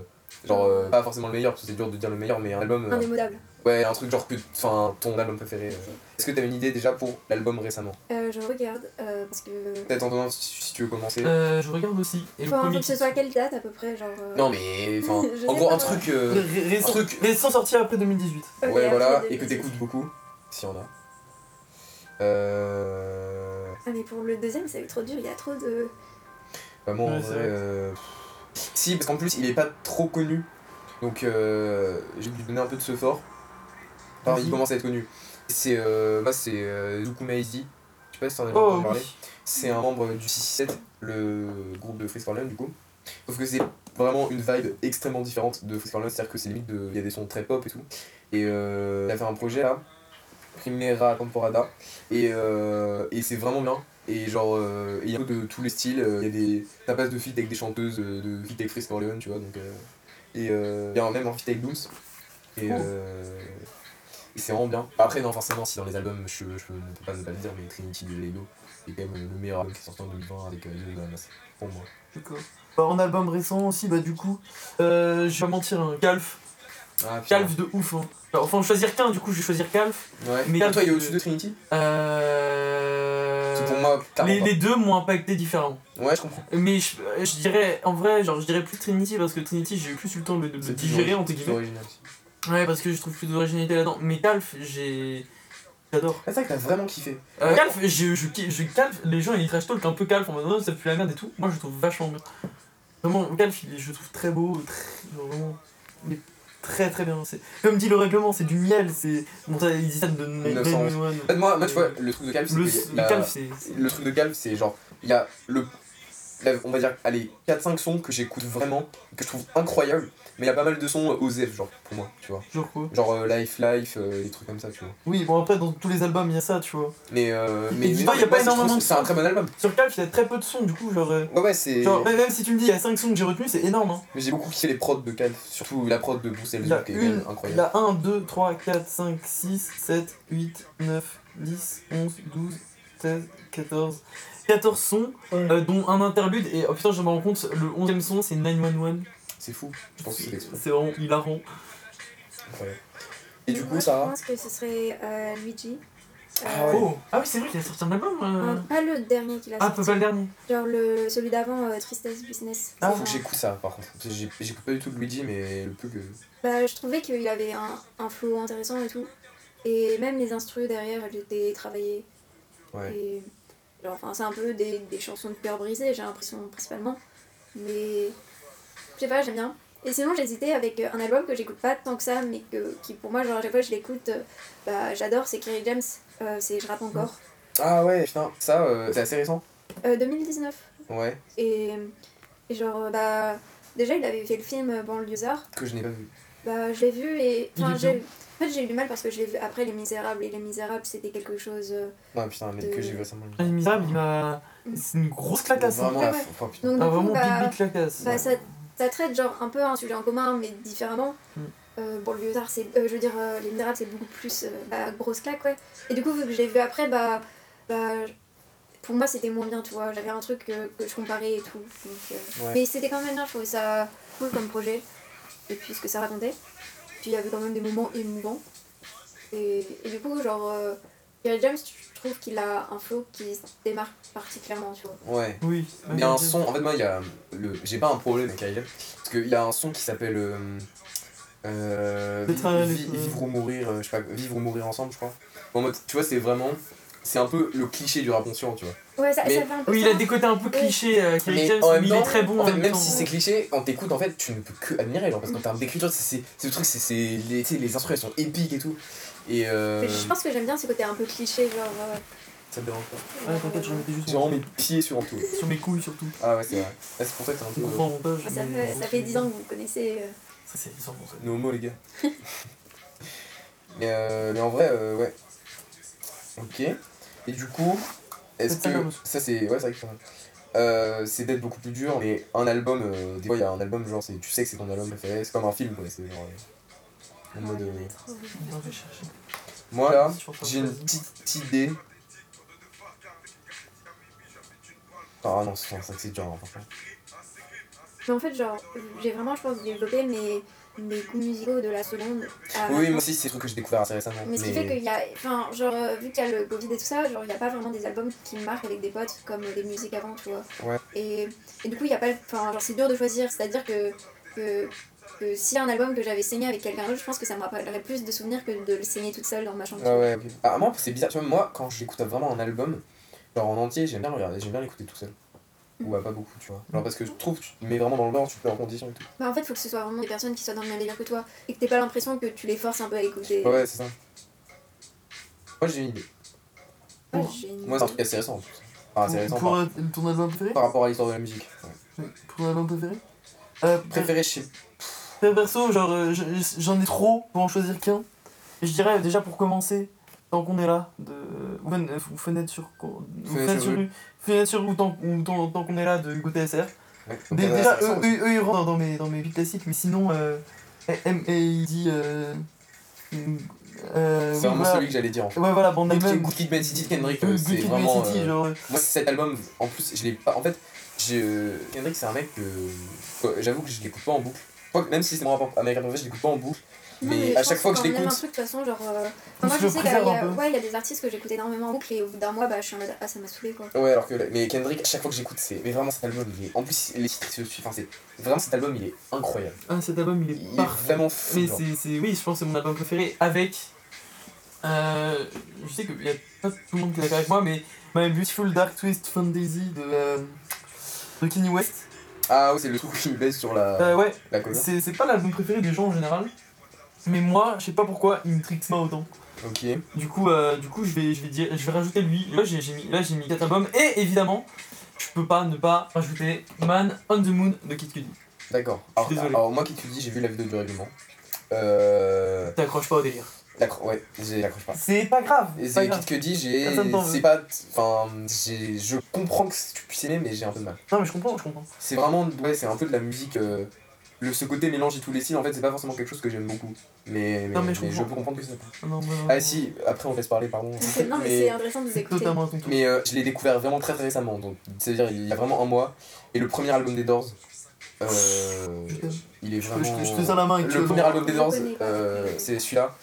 [SPEAKER 8] genre euh, pas forcément le meilleur parce que c'est dur de dire le meilleur mais un album euh,
[SPEAKER 6] indémodables.
[SPEAKER 8] ouais un truc genre que enfin ton album préféré euh. est-ce que t'as une idée déjà pour l'album récemment
[SPEAKER 6] Euh, je regarde euh, parce que.
[SPEAKER 8] peut-être en donnant si, si tu veux commencer
[SPEAKER 7] Euh, je regarde aussi. Et le
[SPEAKER 6] Faut un
[SPEAKER 7] premier
[SPEAKER 6] truc que ce soit à quelle date à peu près, genre. euh,
[SPEAKER 8] non mais enfin
[SPEAKER 6] <laughs> Je
[SPEAKER 8] en
[SPEAKER 6] sais
[SPEAKER 8] gros
[SPEAKER 6] pas,
[SPEAKER 8] un truc euh,
[SPEAKER 1] Ré- ré-
[SPEAKER 8] un
[SPEAKER 1] Récent,
[SPEAKER 8] truc
[SPEAKER 1] récent sorti après 2018.
[SPEAKER 6] ok,
[SPEAKER 8] ouais
[SPEAKER 6] après
[SPEAKER 8] voilà
[SPEAKER 6] le
[SPEAKER 8] et que
[SPEAKER 6] 2018.
[SPEAKER 8] t'écoutes beaucoup s'il y en a euh...
[SPEAKER 6] Ah, mais pour le deuxième, ça va être trop dur, il y a trop de.
[SPEAKER 8] Bah moi en
[SPEAKER 1] Ouais, c'est
[SPEAKER 8] vrai,
[SPEAKER 1] vrai.
[SPEAKER 8] euh, Si, parce qu'en plus il est pas trop connu. Donc euh, j'ai dû donner un peu de ce fort. Enfin, il
[SPEAKER 1] Vas-y.
[SPEAKER 8] commence à être connu. C'est euh, moi c'est euh, Zuku Maizi. Je sais pas si t'en as déjà
[SPEAKER 1] Oh,
[SPEAKER 8] entendu
[SPEAKER 1] oui.
[SPEAKER 8] parler. C'est un membre du 667, le groupe de Freeze Corleone du coup. Sauf que c'est vraiment une vibe extrêmement différente de Freeze Corleone, c'est-à-dire que c'est limite de. Il y a des sons très pop et tout. Et euh, il a fait un projet là, Primera Temporada, et, euh, et c'est vraiment bien. Et genre, euh, il y a un peu de tous les styles, euh, il y a des. Ça passe de feat avec des chanteuses, euh, de feat avec Freeze Corleone, tu vois, donc. euh, et euh, il y a même un feat avec Dooms. Et, euh, et c'est vraiment bien. Après, non, forcément, si dans les albums, je, je ne peux pas ne pas le dire, mais Trinity de Lego est quand même le meilleur album qui est sorti en 2020 avec euh, Lil Nas X, pour moi.
[SPEAKER 1] D'accord. Bah, en album récent aussi, bah du coup, euh, je vais pas mentir, hein, Calf.
[SPEAKER 8] Ah,
[SPEAKER 1] Calf de ouf. Hein.
[SPEAKER 7] Alors, faut en choisir qu'un, du coup, je vais choisir Calf.
[SPEAKER 8] Ouais.
[SPEAKER 7] Mais
[SPEAKER 8] Mais toi, il est
[SPEAKER 7] le-
[SPEAKER 8] au-dessus de Trinity
[SPEAKER 7] Euh.
[SPEAKER 8] C'est pour moi, clairement.
[SPEAKER 7] les, les deux m'ont impacté différemment.
[SPEAKER 8] pas. Ouais, je comprends.
[SPEAKER 7] Mais je, euh, je dirais, en vrai, genre, je dirais plus Trinity parce que Trinity, j'ai eu plus eu le temps de, le- de le
[SPEAKER 8] C'est
[SPEAKER 7] digérer,
[SPEAKER 8] plus
[SPEAKER 7] entre
[SPEAKER 8] C'est
[SPEAKER 7] guillemets.
[SPEAKER 8] original aussi.
[SPEAKER 7] Ouais, parce que je trouve plus d'originalité là-dedans. Mais Calf, j'ai. J'adore.
[SPEAKER 8] Ah, c'est vrai que t'as vraiment kiffé.
[SPEAKER 7] Euh, Calf, je, je, je, Calf, les gens ils trash talk un peu Calf en mode non, ça pue la merde et tout. Moi je le trouve vachement bien. Vraiment, Calf, il est- je le trouve très beau, très, genre, vraiment. Mais très très bien. C'est- Comme dit le règlement, c'est du miel, c'est. Bon, ça, ils disent ça de
[SPEAKER 8] 911. En fait, moi, moi, tu vois, le truc de Calf, c'est
[SPEAKER 7] Le,
[SPEAKER 8] qu'il y
[SPEAKER 7] le
[SPEAKER 8] a-
[SPEAKER 7] Calf, c'est. c'est-
[SPEAKER 8] le truc de Calf, c'est genre, il y a le. la- On va dire, allez, 4-5 sons que j'écoute vraiment, que je trouve incroyables, mais il y a pas mal de sons aux F, genre, pour moi, tu vois.
[SPEAKER 1] Genre quoi
[SPEAKER 8] Genre euh, Life Life, euh, des trucs comme ça, tu vois.
[SPEAKER 1] Oui, bon après, dans tous les albums, il y a ça, tu vois.
[SPEAKER 8] Mais euh, mais,
[SPEAKER 1] dis
[SPEAKER 8] mais non,
[SPEAKER 1] pas,
[SPEAKER 8] mais moi,
[SPEAKER 1] y a pas
[SPEAKER 8] je trouve
[SPEAKER 1] énormément de
[SPEAKER 8] que C'est un
[SPEAKER 1] sons.
[SPEAKER 8] très bon album.
[SPEAKER 1] Sur Calf, il y a très peu de sons, du coup, genre. euh,
[SPEAKER 8] Ouais, ouais, c'est.
[SPEAKER 1] genre, même si tu me dis, il y a 5 sons que j'ai retenus, c'est énorme. Hein.
[SPEAKER 8] Mais J'ai beaucoup kiffé les prods de Calf, surtout la prod de Bruce
[SPEAKER 1] Il y
[SPEAKER 8] Elzouk
[SPEAKER 1] a
[SPEAKER 8] qui est quand même
[SPEAKER 1] 1,
[SPEAKER 8] incroyable.
[SPEAKER 1] 2, 3, 4, 5, 6, 7, 8, 9, 10, 11, 12, 13, 14. 14 sons, euh, dont un interlude, et oh putain, je me rends compte, le 11 e son c'est 911.
[SPEAKER 8] C'est fou, je pense que c'est l'exploit.
[SPEAKER 1] C'est vraiment hilarant.
[SPEAKER 8] Et du coup,
[SPEAKER 6] Moi, Je
[SPEAKER 8] Sarah
[SPEAKER 6] pense que ce serait euh, Luigi. Euh,
[SPEAKER 8] Ah ouais.
[SPEAKER 1] Oh Ah oui, c'est vrai qu'il a sorti un album euh.
[SPEAKER 6] euh, pas le dernier qu'il a
[SPEAKER 1] Ah,
[SPEAKER 6] sorti.
[SPEAKER 1] peut pas le dernier.
[SPEAKER 6] Genre le, celui d'avant, euh, Tristesse Business.
[SPEAKER 8] Ah,
[SPEAKER 6] C'est
[SPEAKER 8] faut que
[SPEAKER 6] un-
[SPEAKER 8] j'écoute ça par contre. Parce que j'ai- J'écoute pas du tout de Luigi, mais le peu que.
[SPEAKER 6] Bah, je trouvais qu'il avait un, un flow intéressant et tout. Et même les instrus derrière, elles étaient travaillées.
[SPEAKER 8] Ouais.
[SPEAKER 6] Et, genre, enfin, c'est un peu des, des chansons de cœur brisé, j'ai l'impression, principalement. Mais je sais pas, j'aime bien. Et sinon, j'hésitais avec euh, un album que j'écoute pas tant que ça, mais que, qui pour moi, genre, à chaque fois que je l'écoute, euh, bah, j'adore, c'est Kerry James, euh, c'est Je rappe encore.
[SPEAKER 8] Ah ouais, putain, ça, euh, c'est assez récent.
[SPEAKER 6] Euh, 2019.
[SPEAKER 8] Ouais,
[SPEAKER 6] Et, et genre, euh, bah, déjà, il avait fait le film euh, Banlieusard.
[SPEAKER 8] que je n'ai pas vu.
[SPEAKER 6] Bah, je l'ai vu et.
[SPEAKER 1] Il
[SPEAKER 6] Enfin,
[SPEAKER 1] est
[SPEAKER 6] j'ai.
[SPEAKER 1] bien.
[SPEAKER 6] En fait, j'ai eu du mal parce que je l'ai vu après Les Misérables. Et Les Misérables, c'était quelque chose. euh,
[SPEAKER 8] Ouais, putain, mais que j'ai vu récemment.
[SPEAKER 1] Ah, il m'a- il m'a. C'est une grosse clacasse. hein.
[SPEAKER 8] Vraiment, la f- enfin, putain.
[SPEAKER 6] Donc,
[SPEAKER 1] Ah,
[SPEAKER 6] du coup,
[SPEAKER 1] vraiment,
[SPEAKER 6] bah,
[SPEAKER 1] big big clacasse.
[SPEAKER 6] bah, ça, ça traite genre un peu un sujet en commun, mais différemment.
[SPEAKER 1] Mm.
[SPEAKER 6] Euh, bon, le Lyotard, c'est. euh, je veux dire, euh, Les Misérables, c'est beaucoup plus. euh, bah, grosse claque, ouais. Et du coup, vu que je l'ai vu après, bah. bah je- pour moi, c'était moins bien, tu vois. J'avais un truc euh, que je comparais et tout. donc, euh,
[SPEAKER 8] Ouais.
[SPEAKER 6] Mais c'était quand même bien, je trouvais ça cool comme projet. Et puis, ce que ça racontait. Puis, il y avait quand même des moments émouvants. Et, et du coup, genre. Euh, Gary James, je trouve qu'il a un flow qui se démarque particulièrement, tu vois.
[SPEAKER 8] Ouais.
[SPEAKER 1] Oui.
[SPEAKER 8] Mais il y a un son, en fait, moi, il y a. Le... J'ai pas un problème avec Kyle, parce qu'il y a un son qui s'appelle. euh, euh,
[SPEAKER 1] Le train,
[SPEAKER 8] Vi-
[SPEAKER 1] les-
[SPEAKER 8] vivre ou mourir, euh, je sais pas, vivre ou mourir ensemble, je crois. En mode, tu vois, c'est vraiment. C'est un peu le cliché du rap conscient, tu vois.
[SPEAKER 6] Ouais, ça,
[SPEAKER 8] Mais-
[SPEAKER 6] ça fait un peu.
[SPEAKER 1] Oui, il
[SPEAKER 6] ça.
[SPEAKER 1] a des côtés un peu clichés, euh, Kerry James, mais il est très bon.
[SPEAKER 8] en fait,
[SPEAKER 1] même
[SPEAKER 8] même
[SPEAKER 1] temps.
[SPEAKER 8] si c'est cliché, quand t'écoutes, en fait, tu ne peux que admirer, genre, parce qu'en termes d'écriture, c'est c'est- c'est le truc, c'est c'est- les, tu sais, les instruments sont épiques et tout. Et euh,
[SPEAKER 6] Mais Je pense que j'aime bien ce côté un peu cliché, genre. euh,
[SPEAKER 8] ça te dérange pas.
[SPEAKER 1] Ouais, t'inquiète, je remettais juste
[SPEAKER 8] J'ai vraiment mes pieds sur un tout.
[SPEAKER 1] sur mes couilles surtout.
[SPEAKER 8] Ah ouais, c'est vrai. Ah, c'est pour ça que t'es un
[SPEAKER 1] On
[SPEAKER 8] peu.
[SPEAKER 1] comprend en montage.
[SPEAKER 6] Ah, ça,
[SPEAKER 1] mais-
[SPEAKER 6] fait, ça fait 10 ans que vous connaissez. euh.
[SPEAKER 1] Ça, c'est sans bon sens.
[SPEAKER 8] euh, Nos mots, les gars. mais, euh, mais en vrai, euh, ouais. Ok. Et du coup, est-ce
[SPEAKER 1] C'est ça,
[SPEAKER 8] que.
[SPEAKER 1] comme-
[SPEAKER 8] Ça, c'est. Ouais, c'est vrai que c'est pas mal. euh, c'est d'être beaucoup plus dur, mais un album, euh, des fois, il y a un album, genre, c'est- tu sais que c'est ton album préféré, c'est comme un film, quoi. C'est genre. euh, en mode, euh,
[SPEAKER 1] Attends, je vais chercher.
[SPEAKER 8] Moi, là,
[SPEAKER 1] Je pense pas
[SPEAKER 8] j'ai
[SPEAKER 1] que
[SPEAKER 8] une
[SPEAKER 1] ça.
[SPEAKER 8] petite idée. Ah non, c'est ça que c'est dur, hein, franchement.
[SPEAKER 6] Mais en fait, genre, j'ai vraiment, je pense, développé mes, mes goûts musicaux de la seconde. à
[SPEAKER 8] Oui,
[SPEAKER 6] maintenant.
[SPEAKER 8] moi aussi, c'est des trucs que j'ai découvert assez récemment.
[SPEAKER 6] Ah, Mais ce qui fait qu'il y a. Enfin, genre, euh, vu qu'il y a le Covid et tout ça, genre, il n'y a pas vraiment des albums qui me marquent avec des potes comme des musiques avant, tu vois.
[SPEAKER 8] Ouais.
[SPEAKER 6] Et, et du coup, il y a pas. le- Enfin, genre, c'est dur de choisir. C'est-à-dire que. que que s'il y a un album que j'avais saigné avec quelqu'un d'autre, je pense que ça me rappellerait plus de souvenirs que de le saigner toute seule dans ma chambre.
[SPEAKER 8] Ah ouais, ok. Ah, moi, c'est bizarre, tu vois, moi, quand j'écoute vraiment un album, genre en entier, j'aime bien le regarder, j'aime bien l'écouter tout seul. Ou à pas beaucoup, tu vois. Genre parce que je trouve, que tu te mets vraiment dans le bain, tu te mets en condition et tout.
[SPEAKER 6] Bah, en fait, il faut que ce soit vraiment des personnes qui soient dans le même délire que toi et que t'aies pas l'impression que tu les forces un peu à écouter.
[SPEAKER 8] Ouais, ouais, c'est ça. Moi, j'ai une idée.
[SPEAKER 6] Ouais, j'ai une-
[SPEAKER 8] Moi, c'est un truc assez récent en plus. Enfin, assez Ah, récent
[SPEAKER 1] Pour- Pour
[SPEAKER 8] par,
[SPEAKER 1] euh, ton album préféré
[SPEAKER 8] par rapport à l'histoire de la musique. ouais.
[SPEAKER 1] Pour ton album préféré Euh,
[SPEAKER 8] Préféré, je sais
[SPEAKER 1] Très perso, genre, euh, je- je- j'en ai trop pour en choisir qu'un. Et je dirais déjà pour commencer, tant qu'on est là, de ou fen- euh, ou fenêtre sur ou fenêtre sur rue, fenêtre sur rue, ou tant, ou tant, tant qu'on est là de Hugo TSR.
[SPEAKER 8] Ouais.
[SPEAKER 1] Dé-
[SPEAKER 8] Ouais,
[SPEAKER 1] déjà,
[SPEAKER 8] c'est
[SPEAKER 1] eux,
[SPEAKER 8] récent.
[SPEAKER 1] eux, eux, ils rentrent dans mes dans mes hits classiques, mais sinon, euh, M et il dit. Euh, euh,
[SPEAKER 8] c'est
[SPEAKER 1] oui,
[SPEAKER 8] vraiment
[SPEAKER 1] voilà.
[SPEAKER 8] celui que j'allais dire en fait.
[SPEAKER 1] Ouais, voilà, Band
[SPEAKER 8] Good Kid-
[SPEAKER 1] Amen.
[SPEAKER 8] Good Kid, Man City de Kendrick, euh,
[SPEAKER 1] Good
[SPEAKER 8] c'est
[SPEAKER 1] Kid, Man
[SPEAKER 8] vraiment.
[SPEAKER 1] City,
[SPEAKER 8] euh,
[SPEAKER 1] genre, euh,
[SPEAKER 8] Moi, cet album, en plus, je l'ai pas. En fait, j'ai. euh, Kendrick, c'est un mec que. quoi, J'avoue que je l'écoute pas en boucle. Quoique, Même si c'est mon rapport américain préféré, je l'écoute pas en boucle.
[SPEAKER 6] Non,
[SPEAKER 8] Mais
[SPEAKER 6] mais
[SPEAKER 8] à
[SPEAKER 6] je
[SPEAKER 8] chaque
[SPEAKER 6] pense
[SPEAKER 8] fois que je
[SPEAKER 6] quand on aime
[SPEAKER 8] l'écoute.
[SPEAKER 6] un truc, de toute façon, genre. euh,
[SPEAKER 1] On
[SPEAKER 6] enfin, moi,
[SPEAKER 1] se
[SPEAKER 6] je
[SPEAKER 1] le
[SPEAKER 6] sais qu'il y,
[SPEAKER 1] préserve un
[SPEAKER 6] a-
[SPEAKER 1] peu.
[SPEAKER 6] ouais, il y a des artistes que j'écoute énormément en boucle et au bout d'un mois, bah, je suis en mode Ah, ça m'a saoulé quoi.
[SPEAKER 8] Ouais, alors que. Mais Kendrick, à chaque fois que j'écoute, c'est. Mais vraiment, cet album, il est. En plus, les titres se suivent. Enfin, c'est. Vraiment, cet album, il est incroyable.
[SPEAKER 1] Ah, cet album, il est
[SPEAKER 8] Il est
[SPEAKER 1] parfait.
[SPEAKER 8] vraiment fou.
[SPEAKER 1] Mais
[SPEAKER 8] genre.
[SPEAKER 1] c'est, c'est, oui, je pense que c'est mon album préféré avec. Euh, je sais qu'il n'y a pas tout le monde qui est d'accord avec moi, mais My Beautiful Dark Twist Fantasy de, euh, de Kanye West.
[SPEAKER 8] Ah, ouais, c'est le truc qui me baisse sur la.
[SPEAKER 1] Euh, ouais,
[SPEAKER 8] La cover.
[SPEAKER 1] c'est, c'est pas l'album préféré des gens en général, mais moi, je sais pas pourquoi, il me trixe pas autant.
[SPEAKER 8] Ok.
[SPEAKER 1] Du coup, euh, du coup je, vais, je, vais dire, je vais rajouter lui. Là, j'ai, j'ai mis, là, j'ai mis 4 albums, et évidemment, je peux pas ne pas rajouter Man on the Moon de Kid Cudi.
[SPEAKER 8] D'accord. Alors,
[SPEAKER 1] désolé.
[SPEAKER 8] alors, moi qui te dis, j'ai vu la vidéo du règlement. Euh.
[SPEAKER 1] T'accroches pas au délire.
[SPEAKER 8] D'accord, ouais, j'ai- j'accroche pas.
[SPEAKER 1] C'est pas grave.
[SPEAKER 8] Et
[SPEAKER 1] c'est pas
[SPEAKER 8] c'est
[SPEAKER 1] grave.
[SPEAKER 8] Kid Cudi, j'ai.
[SPEAKER 1] Personne t'en veut.
[SPEAKER 8] C'est pas. Enfin, j'ai- je comprends que tu puisses aimer, mais j'ai un peu de mal.
[SPEAKER 1] Non, mais je comprends, je comprends.
[SPEAKER 8] C'est vraiment. Ouais, c'est un peu de la musique. euh, le, ce côté mélange de tous les styles, en fait, c'est pas forcément quelque chose que j'aime beaucoup. Mais, mais,
[SPEAKER 1] Non, mais je comprends.
[SPEAKER 8] peux comprendre que ça.
[SPEAKER 1] Non, mais-
[SPEAKER 8] Ah si, après on laisse parler, pardon.
[SPEAKER 6] C'est- Non, mais,
[SPEAKER 8] Mais-
[SPEAKER 6] c'est intéressant de vous
[SPEAKER 1] C'est
[SPEAKER 6] écouter.
[SPEAKER 1] totalement à ton tour.
[SPEAKER 8] Mais euh, je l'ai découvert vraiment très très récemment, donc c'est-à-dire il y a vraiment un mois. Et le premier album des Doors, euh,
[SPEAKER 1] Je te-
[SPEAKER 8] il est
[SPEAKER 1] je
[SPEAKER 8] vraiment.
[SPEAKER 1] te- je te sers la main avec
[SPEAKER 8] Le premier album des Doors,
[SPEAKER 6] Je connais pas.
[SPEAKER 8] euh, c'est celui-là,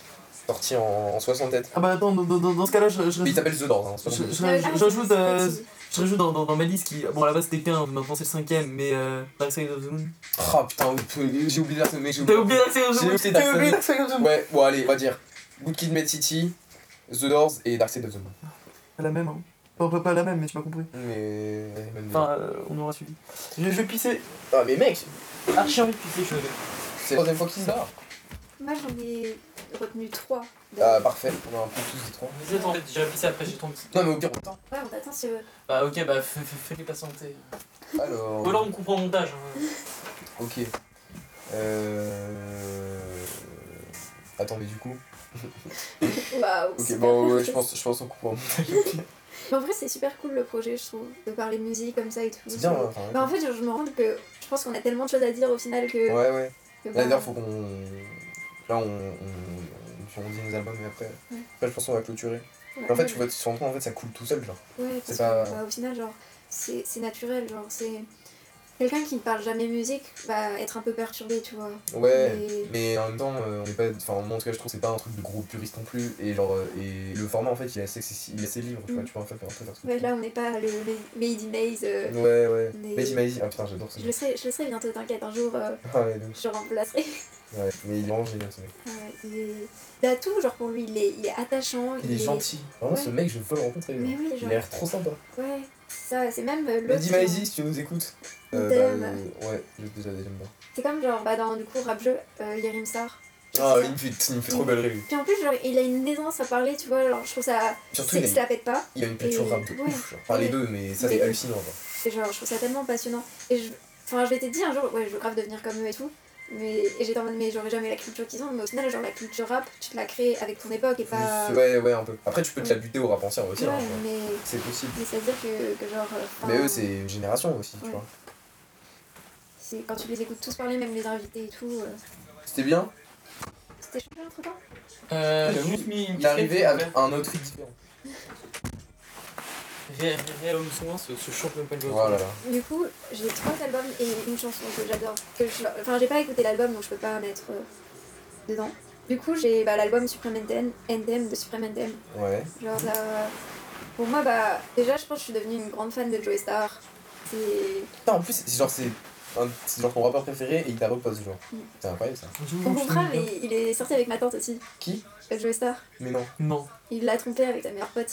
[SPEAKER 8] sorti en, en 67.
[SPEAKER 1] Ah bah attends, dans, dans- dans ce cas-là, je, je,
[SPEAKER 8] Mais il
[SPEAKER 1] je,
[SPEAKER 8] s'appelle The Doors, hein, c'est pas
[SPEAKER 1] je-
[SPEAKER 8] bon.
[SPEAKER 1] je-
[SPEAKER 6] Ah oui, ah,
[SPEAKER 1] j'ajoute,
[SPEAKER 6] c'est
[SPEAKER 1] euh,
[SPEAKER 6] petit.
[SPEAKER 1] je rajoute dans, dans, dans ma liste qui. Bon, à la base c'était qu'un, maintenant c'est le cinquième, mais euh,
[SPEAKER 7] bah,
[SPEAKER 1] Dark Side of the Moon.
[SPEAKER 8] Oh putain, j'ai oublié de mais j'ai
[SPEAKER 1] T'as
[SPEAKER 8] oublié.
[SPEAKER 1] oublié Dark Side of the
[SPEAKER 8] J'ai
[SPEAKER 1] Moon
[SPEAKER 8] oublié
[SPEAKER 1] T'as
[SPEAKER 8] Dark
[SPEAKER 1] oublié
[SPEAKER 8] Side
[SPEAKER 1] Dark Side of the Moon
[SPEAKER 8] Ouais, bon allez, on va dire Good Kid, Mad City, The Doors et Dark Side of the Moon.
[SPEAKER 1] Pas la même, hein. Enfin, pas- pas la même, mais tu m'as compris.
[SPEAKER 8] Mais. même
[SPEAKER 1] Enfin, euh, on aura suivi. Je, je vais pisser.
[SPEAKER 8] Ah mais mec,
[SPEAKER 1] Archi envie de pisser, je vais.
[SPEAKER 8] c'est la troisième fois qu'il se barre.
[SPEAKER 6] Moi, j'en ai retenu trois. de-
[SPEAKER 8] Ah parfait, on a un peu tous les trois.
[SPEAKER 7] Vas-y, attends, en fait, j'ai appris ça après, j'ai tombé.
[SPEAKER 8] Non mais au pire, on attend.
[SPEAKER 6] Ouais, hein, on t'attend si tu veux.
[SPEAKER 7] Bah, ok, bah, fais- fais- fais-les patienter.
[SPEAKER 8] Alors.
[SPEAKER 7] Ou alors, on coupe en montage. hein.
[SPEAKER 8] Ok. Euh... Attends, mais du coup.
[SPEAKER 6] Waouh.
[SPEAKER 8] Ok,
[SPEAKER 6] super.
[SPEAKER 8] bon, ouais, je pense, je pense qu'on coupe. en-
[SPEAKER 6] Mais En vrai, c'est super cool le projet, je trouve, de parler musique comme ça et tout.
[SPEAKER 8] C'est bien, ouais, enfin,
[SPEAKER 6] Bah, en fait, je je me rends compte que je pense qu'on a tellement de choses à dire au final que.
[SPEAKER 8] Ouais, ouais.
[SPEAKER 6] que, bah,
[SPEAKER 8] D'ailleurs, faut qu'on. Là, on, on, on, on dit nos albums, mais après.
[SPEAKER 6] Ouais.
[SPEAKER 8] Après, je pense qu'on va clôturer.
[SPEAKER 6] ouais,
[SPEAKER 8] Mais en fait,
[SPEAKER 6] ouais,
[SPEAKER 8] tu vois, tu te rends compte, en fait, ça coule tout seul, genre.
[SPEAKER 6] Ouais,
[SPEAKER 8] C'est
[SPEAKER 6] parce
[SPEAKER 8] pas-
[SPEAKER 6] que bah, au final, genre, c'est c'est naturel, genre, c'est. Quelqu'un qui ne parle jamais musique va être un peu perturbé, tu vois.
[SPEAKER 8] Ouais.
[SPEAKER 6] Et-
[SPEAKER 8] Mais en même temps, euh, on est pas. Enfin, moi en tout cas, je trouve que c'est pas un truc de gros puriste non plus. Et genre, euh, et le format en fait, il est assez, accessi- il est assez libre, tu vois,
[SPEAKER 6] Mm.
[SPEAKER 8] tu peux en fait faire un peu faire ce que
[SPEAKER 6] Ouais,
[SPEAKER 8] tu veux.
[SPEAKER 6] là, on n'est pas le Made in Maze. euh,
[SPEAKER 8] Ouais, ouais.
[SPEAKER 6] on est-
[SPEAKER 8] Mais t'imagines, ah putain, j'adore ce
[SPEAKER 6] Je
[SPEAKER 8] jeu.
[SPEAKER 6] le sais, je le sais bientôt, t'inquiète, un jour, euh,
[SPEAKER 8] Ah ouais, donc,
[SPEAKER 6] je le remplacerai. <laughs>
[SPEAKER 8] ouais. Mais il est vraiment génial ce mec.
[SPEAKER 6] Euh, il, est... il a tout, genre, pour lui, il est, il est attachant.
[SPEAKER 8] Il est gentil. Vraiment,
[SPEAKER 6] Ouais.
[SPEAKER 8] ce mec, je veux le rencontrer.
[SPEAKER 6] Mais
[SPEAKER 8] genre.
[SPEAKER 6] oui,
[SPEAKER 8] Il a
[SPEAKER 6] genre,
[SPEAKER 8] l'air trop sympa.
[SPEAKER 6] ouais, ça, c'est même euh, l'autre.
[SPEAKER 8] Lady Maisie, si tu nous écoutes.
[SPEAKER 6] On
[SPEAKER 8] bah,
[SPEAKER 6] t'aime.
[SPEAKER 8] euh, ouais, je déjà j'aime bien.
[SPEAKER 6] C'est comme genre bah, dans du coup rap jeu, euh, Yerim Sar.
[SPEAKER 8] Ah, il me fait, il me fait trop belle rue.
[SPEAKER 6] Puis en plus genre il a une aisance à parler, tu vois, genre je trouve ça
[SPEAKER 8] Surtout,
[SPEAKER 6] c'est-
[SPEAKER 8] il a-
[SPEAKER 6] se la pète pas.
[SPEAKER 8] Il a une culture
[SPEAKER 6] Et-
[SPEAKER 8] rap de
[SPEAKER 6] ouais.
[SPEAKER 8] ouf. Genre. Enfin, les
[SPEAKER 6] Ouais.
[SPEAKER 8] deux, mais ça,
[SPEAKER 6] Mais-
[SPEAKER 8] c'est hallucinant. Genre.
[SPEAKER 6] Et genre je trouve ça tellement passionnant. Et je enfin je m'étais dit un jour ouais je veux grave devenir comme eux et tout. Mais et j'étais en mode mais j'aurais jamais la culture qu'ils ont. Mais au final genre la culture rap tu te la crées avec ton époque et pas.
[SPEAKER 8] Oui, Ouais, ouais, un peu. Après, tu peux te la buter au rap ancien aussi. hein,
[SPEAKER 6] euh, Ouais,
[SPEAKER 8] genre.
[SPEAKER 6] mais
[SPEAKER 8] C'est possible.
[SPEAKER 6] mais ça veut dire que, que genre. euh, enfin,
[SPEAKER 8] Mais eux, c'est une génération aussi, tu
[SPEAKER 6] Ouais.
[SPEAKER 8] vois.
[SPEAKER 6] c'est- quand tu les écoutes tous parler, même les invités et tout. euh,
[SPEAKER 8] C'était bien.
[SPEAKER 6] C'était chouette hein, entre temps.
[SPEAKER 7] Euh,
[SPEAKER 8] J'avoue,
[SPEAKER 7] juste mis une
[SPEAKER 8] Il est arrivé
[SPEAKER 7] petite-
[SPEAKER 8] avec un autre truc différent.
[SPEAKER 7] Ré- ré- ré- Homme soin se se chope même pas le
[SPEAKER 8] Voilà. là.
[SPEAKER 6] Du coup, j'ai trois albums et une chanson que j'adore. que je- Enfin, j'ai pas écouté l'album donc je peux pas mettre euh, dedans. Du coup, j'ai bah, l'album Supreme Anthem, Anthem de Supreme Anthem.
[SPEAKER 8] Ouais.
[SPEAKER 6] Genre, ça, pour moi, bah, déjà, je pense que je suis devenue une grande fan de Joey Star. C'est.
[SPEAKER 8] Putain, en plus, c'est genre, c'est. un- C'est genre ton rappeur préféré et il t'a repose, genre.
[SPEAKER 6] Mm.
[SPEAKER 8] C'est incroyable ça.
[SPEAKER 1] Mmh,
[SPEAKER 6] Au contraire, il, il est sorti avec ma tante aussi.
[SPEAKER 8] Qui
[SPEAKER 6] euh, Joey Star.
[SPEAKER 8] Mais non.
[SPEAKER 1] Non.
[SPEAKER 6] Il l'a trompé avec sa meilleure pote.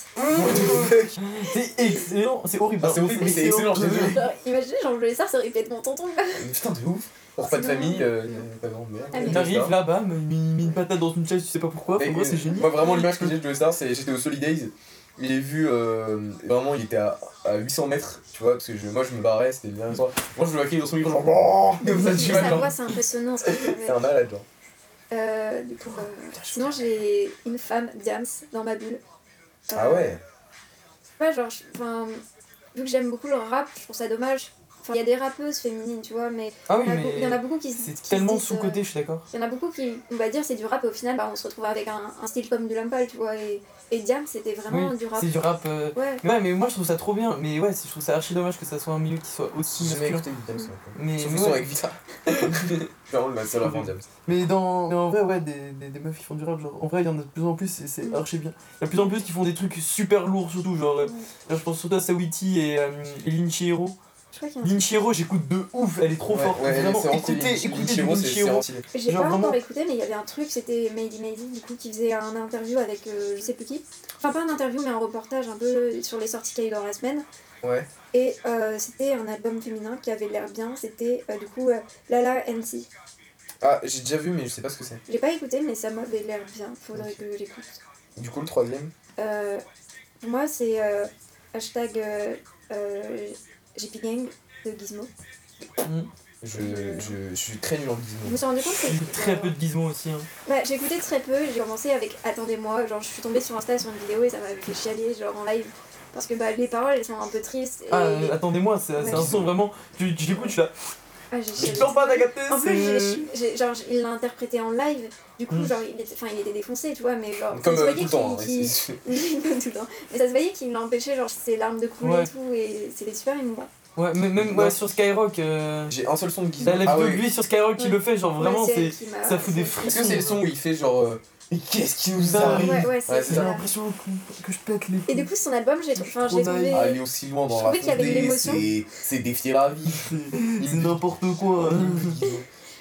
[SPEAKER 1] C'est excellent, c'est horrible.
[SPEAKER 8] Ah, c'est horrible, mais c'est excellent, je désolé.
[SPEAKER 6] Genre, imaginez, genre, Joey Star, ça aurait pu être mon tonton. quoi.
[SPEAKER 8] Mais Putain, de ouf. Pour repas de
[SPEAKER 6] Sinon-
[SPEAKER 8] famille, euh, pas grand merde.
[SPEAKER 6] Ah, mais-
[SPEAKER 1] T'arrives là-bas, mais il met une patate dans une chaise, tu sais pas pourquoi,
[SPEAKER 8] Mais-
[SPEAKER 1] enfin, moi
[SPEAKER 8] mais-
[SPEAKER 1] c'est génial.
[SPEAKER 8] Moi, vraiment, l'image que j'ai de Joe Star, c'est j'étais au Solidays. Il est vu, euh, vraiment, il était à, à 800 mètres, tu vois, parce que je- moi je me barrais, c'était bien. Moi je me crier dans son micro, genre,
[SPEAKER 6] <laughs>
[SPEAKER 8] <laughs> Oh comme ça,
[SPEAKER 6] Mais
[SPEAKER 8] tu vois,
[SPEAKER 6] Sa
[SPEAKER 8] genre.
[SPEAKER 6] voix, c'est impressionnant. ce qu'il fait avec.
[SPEAKER 8] C'est un malade, genre.
[SPEAKER 6] Euh, du coup, euh, sinon j'ai une femme, Diams, dans ma bulle. Euh,
[SPEAKER 8] Ah ouais
[SPEAKER 6] Ouais, genre, je- enfin, vu que j'aime beaucoup le rap, je trouve ça dommage. Enfin, il y a des rappeuses féminines, tu vois, mais
[SPEAKER 1] Ah oui,
[SPEAKER 6] il y en a beaucoup- il y en a
[SPEAKER 1] mais
[SPEAKER 6] beaucoup qui.
[SPEAKER 1] c'est
[SPEAKER 6] qui se
[SPEAKER 1] tellement
[SPEAKER 6] disent, euh,
[SPEAKER 1] sous-côté, je suis d'accord.
[SPEAKER 6] Il y en a beaucoup qui, on va dire, c'est du rap, et au final, bah, on se retrouve avec un, un style comme du Lampal, tu vois, et, et Diams, c'était vraiment
[SPEAKER 1] Oui,
[SPEAKER 6] du rap.
[SPEAKER 1] c'est du rap. euh,
[SPEAKER 6] Ouais,
[SPEAKER 1] Ouais, mais moi je trouve ça trop bien, mais ouais, c'est- je trouve ça archi dommage que ça soit un milieu qui soit aussi
[SPEAKER 8] J'ai jamais
[SPEAKER 1] masculin.
[SPEAKER 8] écouté Diams. moi.
[SPEAKER 1] Mais,
[SPEAKER 8] Sauf
[SPEAKER 1] mais
[SPEAKER 8] qu'ils sont
[SPEAKER 1] ouais.
[SPEAKER 8] avec <laughs> Vita. Vraiment, ma seule avant Diams.
[SPEAKER 1] Mais dans, mais en vrai, ouais, des, des, des meufs qui font du rap, genre, en vrai, il y en a de plus en plus, et c'est
[SPEAKER 6] Mm.
[SPEAKER 1] archi bien. Il y a de plus en plus qui font des trucs super lourds, surtout, genre, euh,
[SPEAKER 6] Mm.
[SPEAKER 1] genre, je pense surtout à Sawiti et, euh, et Linchiro.
[SPEAKER 6] je crois qu'il y a un...
[SPEAKER 1] Linchiro, j'écoute de ouf, elle est trop
[SPEAKER 8] Ouais,
[SPEAKER 1] forte.
[SPEAKER 8] ouais,
[SPEAKER 1] Vraiment,
[SPEAKER 8] c'est
[SPEAKER 1] écoutez,
[SPEAKER 8] rentable.
[SPEAKER 1] écoutez du
[SPEAKER 8] Ichiro, c'est- c'est
[SPEAKER 1] Linchiro.
[SPEAKER 8] rentable.
[SPEAKER 6] J'ai pas
[SPEAKER 1] genre
[SPEAKER 6] encore
[SPEAKER 1] vraiment-
[SPEAKER 6] écouté, mais il y avait un truc, c'était Mehdi Mehdi, du coup, qui faisait un interview avec euh, je sais plus qui. Enfin, pas un interview, mais un reportage un peu sur les sorties qu'il y a eu dans la semaine.
[SPEAKER 8] Ouais.
[SPEAKER 6] Et euh, c'était un album féminin qui avait l'air bien, c'était euh, du coup euh, Lala MC.
[SPEAKER 8] Ah, j'ai déjà vu, mais je sais pas ce que c'est.
[SPEAKER 6] J'ai pas écouté, mais ça m'avait l'air bien, faudrait que j'écoute.
[SPEAKER 8] Du coup, le troisième.
[SPEAKER 6] Euh, pour moi, c'est euh, hashtag euh, euh, JP Gang de Gizmo.
[SPEAKER 8] Je, je, je suis très nul en
[SPEAKER 6] Je me
[SPEAKER 8] Gizmo.
[SPEAKER 6] suis rendu compte que.
[SPEAKER 1] J'ai écouté très peu de gizmo aussi. Hein.
[SPEAKER 6] Ouais, j'ai écouté très peu, j'ai commencé avec Attendez-moi, genre je suis tombée sur Insta sur une vidéo et ça m'avait fait chialer, genre en live. Parce que bah, les paroles elles sont un peu tristes. Et...
[SPEAKER 1] Ah, euh, Ah, attendez-moi, c'est c'est un
[SPEAKER 6] Ouais.
[SPEAKER 1] son vraiment. Tu, tu l'écoutes, tu l'as.
[SPEAKER 6] Ah, j'ai
[SPEAKER 1] Je
[SPEAKER 6] chialé.
[SPEAKER 1] t'en euh, pas d'agaté,
[SPEAKER 6] En plus, j'ai-
[SPEAKER 1] c'est.
[SPEAKER 6] j'ai- genre, il l'a interprété en live, du coup,
[SPEAKER 1] Mm.
[SPEAKER 6] genre, il était, enfin, il était défoncé, tu vois, mais genre,
[SPEAKER 8] Comme
[SPEAKER 6] ça se
[SPEAKER 8] euh,
[SPEAKER 6] voyait
[SPEAKER 8] tout le
[SPEAKER 6] qu'il.
[SPEAKER 8] temps. hein,
[SPEAKER 6] qu'il- <laughs>
[SPEAKER 8] c'est-
[SPEAKER 6] Comme tout le temps. Mais ça se voyait qu'il l'empêchait, genre, ses larmes de couler
[SPEAKER 1] Ouais.
[SPEAKER 6] et tout, et c'était super émouvant.
[SPEAKER 1] Ouais, mais même ouais, sur Skyrock. Euh...
[SPEAKER 8] J'ai un seul son de Guizou.
[SPEAKER 1] La la
[SPEAKER 8] Ah
[SPEAKER 1] vidéo
[SPEAKER 8] ouais.
[SPEAKER 1] de lui sur Skyrock qui
[SPEAKER 6] Ouais.
[SPEAKER 1] le fait, genre vraiment,
[SPEAKER 6] Ouais,
[SPEAKER 1] c'est.
[SPEAKER 6] elle qui m'a-
[SPEAKER 1] ça fout des
[SPEAKER 6] c'est-
[SPEAKER 1] frissons.
[SPEAKER 8] Est-ce que c'est le son où il fait genre. euh, Mais qu'est-ce qui nous
[SPEAKER 1] Ça
[SPEAKER 8] arrive
[SPEAKER 6] Ouais, ouais, c'est
[SPEAKER 8] Ouais, c'est ça.
[SPEAKER 1] J'ai
[SPEAKER 6] ça.
[SPEAKER 1] l'impression que, que je pète les.
[SPEAKER 6] Et du coup, son album, j'ai
[SPEAKER 1] Je suis
[SPEAKER 6] enfin,
[SPEAKER 1] trop
[SPEAKER 6] j'ai trouvé.
[SPEAKER 1] naïf.
[SPEAKER 8] Aller aussi loin dans
[SPEAKER 6] Je
[SPEAKER 8] la
[SPEAKER 6] trouvais qu'il y avait de
[SPEAKER 8] fondée,
[SPEAKER 6] l'émotion.
[SPEAKER 8] c'est- C'est défier la vie.
[SPEAKER 1] <laughs> c'est n'importe quoi.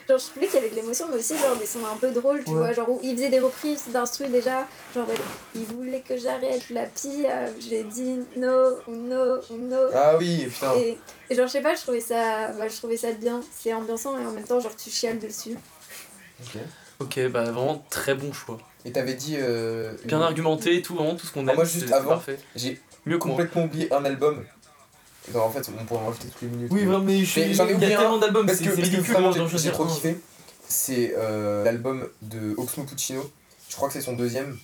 [SPEAKER 6] Genre, je trouvais qu'il y avait de l'émotion, mais aussi, genre, des sons un peu drôles, tu
[SPEAKER 1] Ouais.
[SPEAKER 6] vois. Genre, où il faisait des reprises d'instru déjà. Genre, euh, il voulait que j'arrête la pire. J'ai dit no, ou no, ou no.
[SPEAKER 8] Ah oui, putain.
[SPEAKER 6] Et, et genre, je sais pas, je trouvais ça, bah, je trouvais ça bien. C'est ambiançant et en même temps, genre, tu chiales dessus.
[SPEAKER 8] Ok.
[SPEAKER 7] Ok, bah vraiment très bon choix.
[SPEAKER 8] Et t'avais dit. euh,
[SPEAKER 7] Bien argumenté et tout, vraiment tout ce qu'on
[SPEAKER 8] Ah,
[SPEAKER 7] aime.
[SPEAKER 8] moi, juste
[SPEAKER 7] c'est- c'est
[SPEAKER 8] avant.
[SPEAKER 7] Parfait.
[SPEAKER 8] J'ai
[SPEAKER 7] Mieux qu'on
[SPEAKER 8] complètement oublié un album. Non, en fait, on pourrait en rajouter toutes les minutes.
[SPEAKER 1] Oui,
[SPEAKER 8] Mais-
[SPEAKER 1] vraiment, mais je suis.
[SPEAKER 8] Mais j'en ai
[SPEAKER 1] Il y a
[SPEAKER 8] oublié un,
[SPEAKER 1] tellement d'albums,
[SPEAKER 8] Parce
[SPEAKER 1] c'est
[SPEAKER 8] que,
[SPEAKER 1] c'est
[SPEAKER 8] parce que
[SPEAKER 1] ridicule
[SPEAKER 8] vraiment,
[SPEAKER 1] d'en
[SPEAKER 8] j'ai- j'ai
[SPEAKER 1] choisir
[SPEAKER 8] trop
[SPEAKER 1] un.
[SPEAKER 8] kiffé. C'est euh, l'album de Oxmo Puccino. Je crois que c'est son deuxième.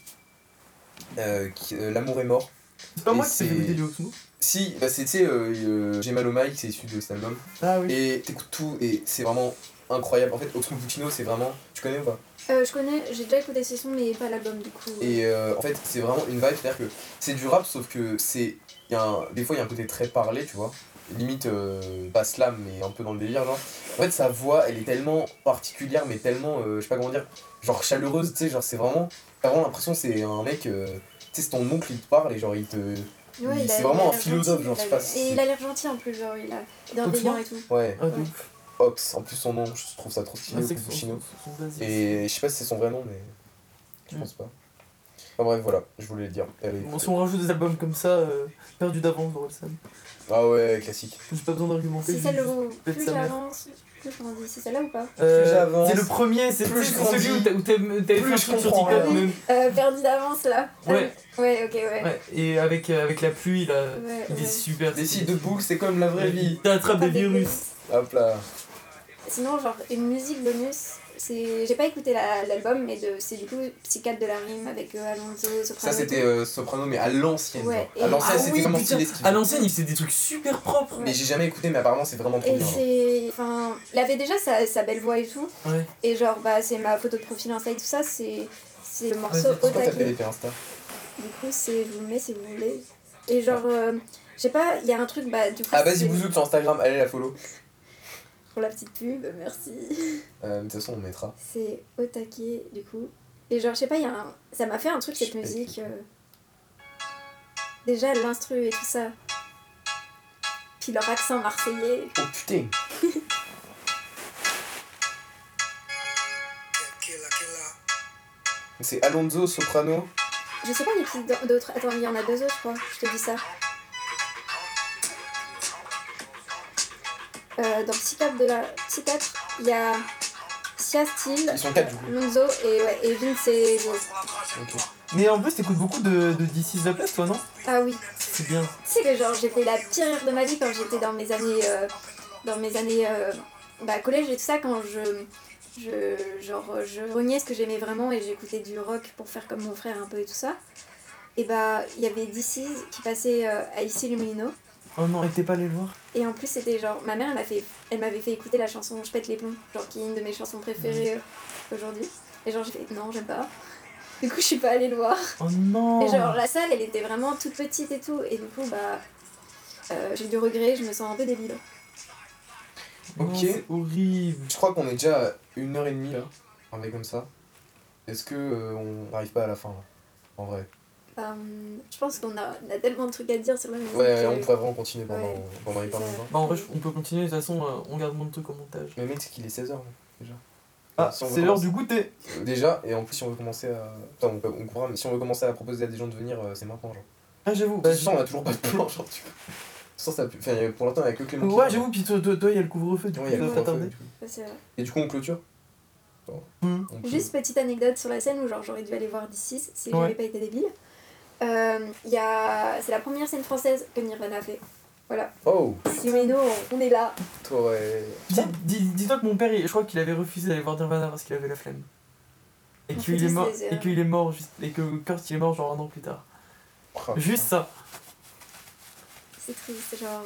[SPEAKER 8] Euh, qui- euh, L'amour est mort.
[SPEAKER 1] C'est pas moi
[SPEAKER 8] Et
[SPEAKER 1] qui t'ai fait
[SPEAKER 8] c'est-
[SPEAKER 1] goûter du Oxmo.
[SPEAKER 8] Si, bah c'était euh, euh, J'ai mal au mic, c'est issu de cet album.
[SPEAKER 1] Ah oui.
[SPEAKER 8] Et t'écoutes tout et c'est vraiment incroyable. En fait, Oxmo Puccino, c'est vraiment. Tu connais ou pas
[SPEAKER 6] Euh, je connais, j'ai déjà écouté ces sons, mais pas l'album du coup.
[SPEAKER 8] Et euh, en fait, c'est vraiment une vibe, c'est-à-dire que c'est du rap, sauf que c'est. il Y a un- des fois, il y a un côté très parlé, tu vois. Limite, euh, pas slam, mais un peu dans le délire, genre. En fait, sa voix, elle est tellement particulière, mais tellement, euh, je sais pas comment dire, genre chaleureuse, tu sais, genre c'est vraiment. T'as vraiment l'impression que c'est un mec. euh, tu sais, c'est ton oncle, il te parle et genre, il te.
[SPEAKER 6] Ouais,
[SPEAKER 8] il-
[SPEAKER 6] il a-
[SPEAKER 8] c'est
[SPEAKER 6] il a
[SPEAKER 8] vraiment un
[SPEAKER 6] l'air
[SPEAKER 8] philosophe,
[SPEAKER 6] gentil,
[SPEAKER 8] genre, je
[SPEAKER 6] il
[SPEAKER 8] sais
[SPEAKER 6] a-
[SPEAKER 8] pas si
[SPEAKER 6] Et
[SPEAKER 8] c'est-
[SPEAKER 6] il a l'air gentil en plus, genre, il a bienveillant et tout.
[SPEAKER 8] Ouais,
[SPEAKER 1] Ah, de ouf.
[SPEAKER 8] Ox, en plus son nom, je trouve ça trop stylé,
[SPEAKER 1] Ah, c'est que son-
[SPEAKER 8] Puccino.
[SPEAKER 1] son basique.
[SPEAKER 8] Et je sais pas si c'est son vrai nom, mais. Je pense pas. Enfin bref, voilà, je voulais le dire. Allez,
[SPEAKER 1] Bon, si on rajoute des albums comme ça, euh, perdu d'avance dans Wilson.
[SPEAKER 8] Ah ouais, classique.
[SPEAKER 1] J'ai pas besoin d'argumenter.
[SPEAKER 6] C'est
[SPEAKER 1] j'ai-
[SPEAKER 6] celle où
[SPEAKER 1] peut-être
[SPEAKER 6] plus
[SPEAKER 1] sa mère.
[SPEAKER 6] j'avance, plus je grandis. C'est celle-là ou pas
[SPEAKER 1] Euh,
[SPEAKER 8] Plus j'avance,
[SPEAKER 1] c'est le premier, c'est
[SPEAKER 8] plus
[SPEAKER 1] c'est
[SPEAKER 8] je grandis,
[SPEAKER 1] celui où t'as- où t'as- t'avais
[SPEAKER 8] plus
[SPEAKER 1] fait un
[SPEAKER 8] je
[SPEAKER 1] truc sur
[SPEAKER 8] comprends
[SPEAKER 1] TikTok.
[SPEAKER 6] rien.
[SPEAKER 1] même.
[SPEAKER 6] euh, Perdu d'avance là.
[SPEAKER 1] Ouais.
[SPEAKER 6] Euh, ouais, ok, ouais.
[SPEAKER 1] Ouais, et avec, euh, avec la pluie, là,
[SPEAKER 6] Ouais,
[SPEAKER 1] il est
[SPEAKER 6] ouais.
[SPEAKER 1] super.
[SPEAKER 8] Des sites de boules, c'est comme la vraie vie.
[SPEAKER 1] T'attrapes
[SPEAKER 6] Pas
[SPEAKER 1] des virus.
[SPEAKER 8] Hop là.
[SPEAKER 6] Sinon, genre, une musique bonus, c'est. J'ai pas écouté la- l'album, mais de... c'est du coup Psychiatre de la rime avec euh, Alonso, Soprano.
[SPEAKER 8] Ça, c'était euh, Soprano, mais à l'ancienne.
[SPEAKER 6] Ouais,
[SPEAKER 8] genre. À
[SPEAKER 6] et-
[SPEAKER 8] l'ancienne,
[SPEAKER 6] Ah
[SPEAKER 8] c'était
[SPEAKER 1] oui,
[SPEAKER 8] vraiment
[SPEAKER 1] putain.
[SPEAKER 8] stylé ce qu'il
[SPEAKER 1] À
[SPEAKER 8] fait.
[SPEAKER 1] l'ancienne, il faisait des trucs super propres.
[SPEAKER 8] Mais j'ai jamais écouté, mais apparemment, c'est vraiment trop
[SPEAKER 6] Et
[SPEAKER 8] bien.
[SPEAKER 6] c'est. Enfin, il avait déjà sa, sa belle voix et tout.
[SPEAKER 1] Ouais.
[SPEAKER 6] Et genre, bah, c'est ma photo de profil Insta et tout ça, c'est. C'est le morceau
[SPEAKER 1] Vas-y,
[SPEAKER 6] au
[SPEAKER 8] Pourquoi t'as fait
[SPEAKER 6] taquet.
[SPEAKER 8] l'épée Insta
[SPEAKER 6] Du coup, c'est. Je vous le mets si vous voulez. Et genre, euh, je sais pas, il y a un truc, bah, du coup.
[SPEAKER 8] Ah, vas-y,
[SPEAKER 6] c'est-
[SPEAKER 8] bousou sur Instagram, allez la follow.
[SPEAKER 6] Pour la petite pub, merci.
[SPEAKER 8] Euh, de toute façon, on mettra.
[SPEAKER 6] C'est au taquet, du coup. Et genre, je sais pas, il y a un... ça m'a fait un truc, cette
[SPEAKER 8] Je sais pas
[SPEAKER 6] musique. euh. Déjà, l'instru et tout ça. Puis leur accent marseillais.
[SPEAKER 8] Oh putain C'est Alonso Soprano.
[SPEAKER 6] Je sais pas, les petites dan- d'autres. Attends, il y en a deux autres, je crois. Je te dis ça. Euh, dans Psychiatre de la... Psychiatre, il y a Sia Steele,
[SPEAKER 8] Ils sont quatre, du coup.
[SPEAKER 6] Lonzo et, ouais, et Vince et Joe.
[SPEAKER 8] Ok.
[SPEAKER 1] Mais en plus, t'écoutes beaucoup de, de This is the Place, toi, non
[SPEAKER 6] Ah oui.
[SPEAKER 1] C'est bien.
[SPEAKER 6] Tu sais que genre j'ai fait la pire erreur de ma vie quand j'étais dans mes années euh, dans mes années euh, bah, collège et tout ça quand je je genre euh, je reniais ce que j'aimais vraiment et j'écoutais du rock pour faire comme mon frère un peu et tout ça. Et bah il y avait DC's qui passait euh, à Ici Lumino
[SPEAKER 1] Oh non, et t'es pas allé le voir
[SPEAKER 6] et en plus c'était genre ma mère elle m'a fait elle m'avait fait écouter la chanson Je pète les plombs genre qui est une de mes chansons préférées euh, aujourd'hui et genre j'ai fait non j'aime pas. Du coup je suis pas allée le voir.
[SPEAKER 1] Oh non
[SPEAKER 6] Et genre la salle elle était vraiment toute petite et tout et du coup bah euh, j'ai du regret, je me sens un peu débile.
[SPEAKER 1] Non,
[SPEAKER 8] Ok.
[SPEAKER 1] C'est horrible.
[SPEAKER 8] Je crois qu'on est déjà à une heure et demie là, un truc comme ça. Est-ce que euh, on n'arrive pas à la fin là En vrai.
[SPEAKER 6] Euh, je pense qu'on a, on a tellement de trucs à dire sur la musique.
[SPEAKER 8] Ouais, ouais, on
[SPEAKER 6] que-
[SPEAKER 8] pourrait vraiment continuer pendant,
[SPEAKER 6] Ouais.
[SPEAKER 8] pendant hyper
[SPEAKER 6] C'est ça.
[SPEAKER 8] longtemps.
[SPEAKER 1] Bah, en vrai, je- on peut continuer, de toute façon, euh, on garde moins de trucs en montage.
[SPEAKER 8] Mais mec, c'est qu'il est 16h déjà.
[SPEAKER 1] Ah,
[SPEAKER 8] Bah, Si on
[SPEAKER 1] c'est l'heure
[SPEAKER 8] recommence.
[SPEAKER 1] du goûter
[SPEAKER 8] Euh, Déjà, et en plus, si on veut commencer à. Attends, on, peut- on courra, mais si on veut commencer à proposer à des gens de venir, euh, c'est maintenant, genre.
[SPEAKER 1] Ah, j'avoue.
[SPEAKER 8] Bah, on a toujours pas de plan, genre, tu vois. Sans ça pue. Enfin, y a- pour l'instant, il y a que Clément. qui-
[SPEAKER 1] Ouais, j'avoue, pis toi, toi, toi, il y a le couvre-feu, du
[SPEAKER 8] Ouais,
[SPEAKER 1] coup,
[SPEAKER 8] il y a
[SPEAKER 1] ça
[SPEAKER 8] que
[SPEAKER 1] va
[SPEAKER 8] Clément,
[SPEAKER 1] tarder.
[SPEAKER 8] du coup.
[SPEAKER 6] Ouais, c'est vrai.
[SPEAKER 8] Et du coup, on clôture Bon,
[SPEAKER 1] Hmm.
[SPEAKER 8] on peut-
[SPEAKER 6] Juste petite anecdote sur la scène où genre j'aurais dû aller voir d'ici si
[SPEAKER 1] Ouais.
[SPEAKER 6] j'avais pas été débile. Euh, il y a... C'est la première scène française que Nirvana a fait. Voilà,
[SPEAKER 8] Oh
[SPEAKER 1] Ah.
[SPEAKER 6] Lumino, on est là.
[SPEAKER 8] Toi, ouais.
[SPEAKER 1] Dis- dis- Dis-toi que mon père, il- je crois qu'il avait refusé d'aller voir Nirvana parce qu'il avait la flemme. Et
[SPEAKER 6] On fait
[SPEAKER 1] qu'il est
[SPEAKER 6] tous
[SPEAKER 1] mort,
[SPEAKER 6] des erreurs.
[SPEAKER 1] et qu'il est mort, juste, et que Kurt il est mort genre un an plus tard.
[SPEAKER 8] Ah,
[SPEAKER 1] Juste ça.
[SPEAKER 6] C'est triste, genre.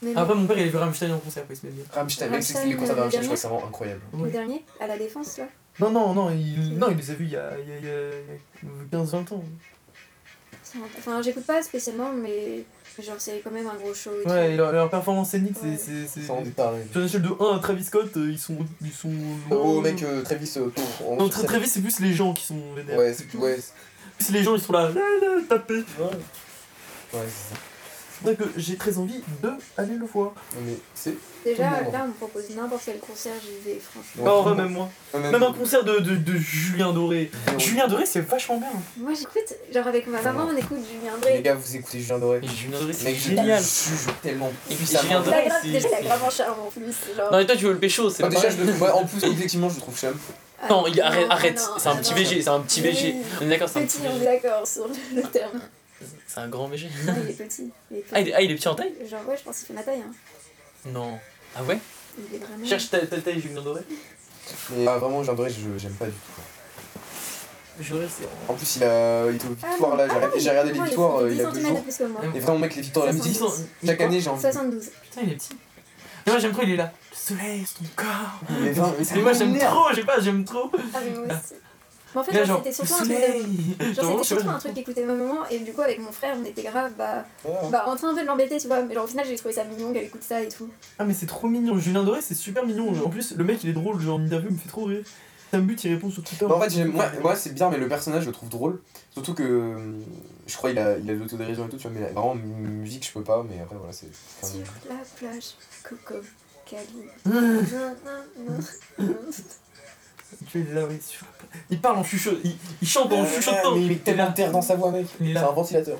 [SPEAKER 6] Mais
[SPEAKER 1] Ah bah,
[SPEAKER 7] Après, mon père, il a vu Rammstein en concert, après, il se met bien.
[SPEAKER 8] Rammstein, mec, c'est les concerts de Rammstein, je crois que c'est vraiment incroyable.
[SPEAKER 6] le dernier, à la défense, là.
[SPEAKER 1] Non, non, non, il, non, il les a vus il y a, il y a, il y a- il y a 15-20 ans.
[SPEAKER 6] c'est un- Enfin, j'écoute pas spécialement, mais genre, c'est quand même un gros show. et tout.
[SPEAKER 1] Ouais, et leur, leur performance scénique, c'est-
[SPEAKER 6] Ouais.
[SPEAKER 1] c'est. c'est-
[SPEAKER 8] Sans détail.
[SPEAKER 1] Sur une échelle de 1 à Travis Scott, euh, ils sont. Ils sont
[SPEAKER 8] Oh, mec, euh, Travis, euh, on-
[SPEAKER 1] Non,
[SPEAKER 8] on-
[SPEAKER 1] Tra- Travis, c'est plus les gens qui sont vénères.
[SPEAKER 8] Ouais, c'est plus. Ouais, c'est-
[SPEAKER 1] Plus les gens, ils sont là, là, là, tapés.
[SPEAKER 8] ouais, c'est ça.
[SPEAKER 1] C'est vrai que j'ai très envie de aller le voir.
[SPEAKER 8] Non, mais c'est. Tout
[SPEAKER 6] Déjà,
[SPEAKER 8] le monde.
[SPEAKER 6] là, on me propose n'importe quel concert, j'y vais, franchement.
[SPEAKER 1] Bah, en vrai, même moi. Même un
[SPEAKER 8] coup.
[SPEAKER 1] concert de, de, de Julien Doré. Julien Doré, c'est vachement bien.
[SPEAKER 6] Moi, j'écoute, genre, avec ma maman, on écoute Julien
[SPEAKER 8] Les
[SPEAKER 6] Drey.
[SPEAKER 8] gars, vous écoutez Julien Doré.
[SPEAKER 7] Et Julien Doré, c'est
[SPEAKER 8] Mec, je
[SPEAKER 7] génial.
[SPEAKER 8] je juge tellement.
[SPEAKER 7] Et puis,
[SPEAKER 8] puissamment.
[SPEAKER 7] Julien
[SPEAKER 6] C'est
[SPEAKER 7] Doré,
[SPEAKER 6] pas grave,
[SPEAKER 7] c'est-
[SPEAKER 6] déjà, il a
[SPEAKER 7] c'est-
[SPEAKER 6] grave un charme en plus. Genre.
[SPEAKER 7] Non, mais toi, tu veux le pécho, c'est
[SPEAKER 8] Non,
[SPEAKER 7] pas
[SPEAKER 8] Bah, déjà,
[SPEAKER 7] pareil.
[SPEAKER 8] je le- ouais, en plus, objectivement, je le trouve chum.
[SPEAKER 6] Ah,
[SPEAKER 7] Non, il- arrête,
[SPEAKER 6] non,
[SPEAKER 7] arrête,
[SPEAKER 6] non,
[SPEAKER 7] c'est un
[SPEAKER 6] non,
[SPEAKER 7] petit
[SPEAKER 6] non.
[SPEAKER 7] VG, c'est un petit
[SPEAKER 6] Oui.
[SPEAKER 7] VG. On est d'accord, c'est un
[SPEAKER 6] Petit,
[SPEAKER 7] petit
[SPEAKER 6] on est
[SPEAKER 7] VG.
[SPEAKER 6] d'accord sur le le
[SPEAKER 7] <laughs>
[SPEAKER 6] terme.
[SPEAKER 7] C'est un grand VG.
[SPEAKER 6] Non, il est petit. Il est
[SPEAKER 7] Ah, il est,
[SPEAKER 6] petit.
[SPEAKER 7] ah, il est petit en taille
[SPEAKER 6] Genre, ouais, je pense qu'il fait ma taille. Hein.
[SPEAKER 7] Non. Ah ouais
[SPEAKER 6] Il est vraiment.
[SPEAKER 7] Cherche ta ta taille, Julien Doré.
[SPEAKER 8] Mais ah, vraiment, Julien Doré, je- j'aime pas du tout. quoi.
[SPEAKER 7] Julien Doré, c'est.
[SPEAKER 8] En plus, il a euh, il était aux
[SPEAKER 6] Ah,
[SPEAKER 8] victoires
[SPEAKER 6] non.
[SPEAKER 8] là.
[SPEAKER 6] Ah,
[SPEAKER 8] J'ai regardé-
[SPEAKER 6] oui,
[SPEAKER 8] J'ai regardé les
[SPEAKER 6] vraiment,
[SPEAKER 8] victoires euh, il y
[SPEAKER 6] fait
[SPEAKER 8] a
[SPEAKER 6] 10
[SPEAKER 8] deux
[SPEAKER 6] cm de
[SPEAKER 8] jours.
[SPEAKER 6] plus que moi.
[SPEAKER 7] Ah,
[SPEAKER 8] Et vraiment, mec, les victoires de la musique,
[SPEAKER 6] 70.
[SPEAKER 8] chaque année, j'ai envie.
[SPEAKER 6] 72.
[SPEAKER 7] Putain, il est petit. Et moi, j'aime trop, il est là. Le soleil, c'est ton corps.
[SPEAKER 8] Mais vingt- mais
[SPEAKER 7] Et
[SPEAKER 8] c'est
[SPEAKER 7] moi, j'aime
[SPEAKER 8] m'énerve.
[SPEAKER 7] trop, je sais pas, j'aime trop.
[SPEAKER 6] Ah, mais moi aussi. Mais en fait,
[SPEAKER 7] Là,
[SPEAKER 6] genre,
[SPEAKER 7] genre,
[SPEAKER 6] c'était
[SPEAKER 7] le
[SPEAKER 6] surtout un truc de- Genre,
[SPEAKER 7] soleil. vraiment,
[SPEAKER 6] c'était
[SPEAKER 7] je sais pas,
[SPEAKER 6] surtout un truc qu'écoutait ma maman, et du coup, avec mon frère, on était grave, bah,
[SPEAKER 8] Ouais.
[SPEAKER 6] bah en train un peu de l'embêter, tu vois. Mais genre, au final, j'ai trouvé ça mignon qu'elle écoute ça et tout.
[SPEAKER 1] Ah, mais c'est trop mignon. Julien Doré, c'est super mignon. En plus, le mec, il est drôle. Genre, l'interview me fait trop rire. Sam But, il répond sur Twitter.
[SPEAKER 8] Bah, en fait, j'aime- moi, moi c'est bien, mais le personnage, je le trouve drôle. Surtout que euh, je crois il a, il a de l'autodérision et tout, tu vois, mais vraiment, mu- musique, je peux pas, mais après, voilà, c'est. c'est un-
[SPEAKER 6] Sur la plage, Coco, Cali.
[SPEAKER 1] Hum,
[SPEAKER 6] Non, non, non.
[SPEAKER 1] tu es là, ouais, sur la plage. Il parle en chuchot. Il, il chante en chuchotant.
[SPEAKER 8] Euh, mais il met tellement de
[SPEAKER 1] là.
[SPEAKER 8] terre dans sa voix, mec.
[SPEAKER 1] Il
[SPEAKER 8] C'est
[SPEAKER 1] est là.
[SPEAKER 8] un ventilateur.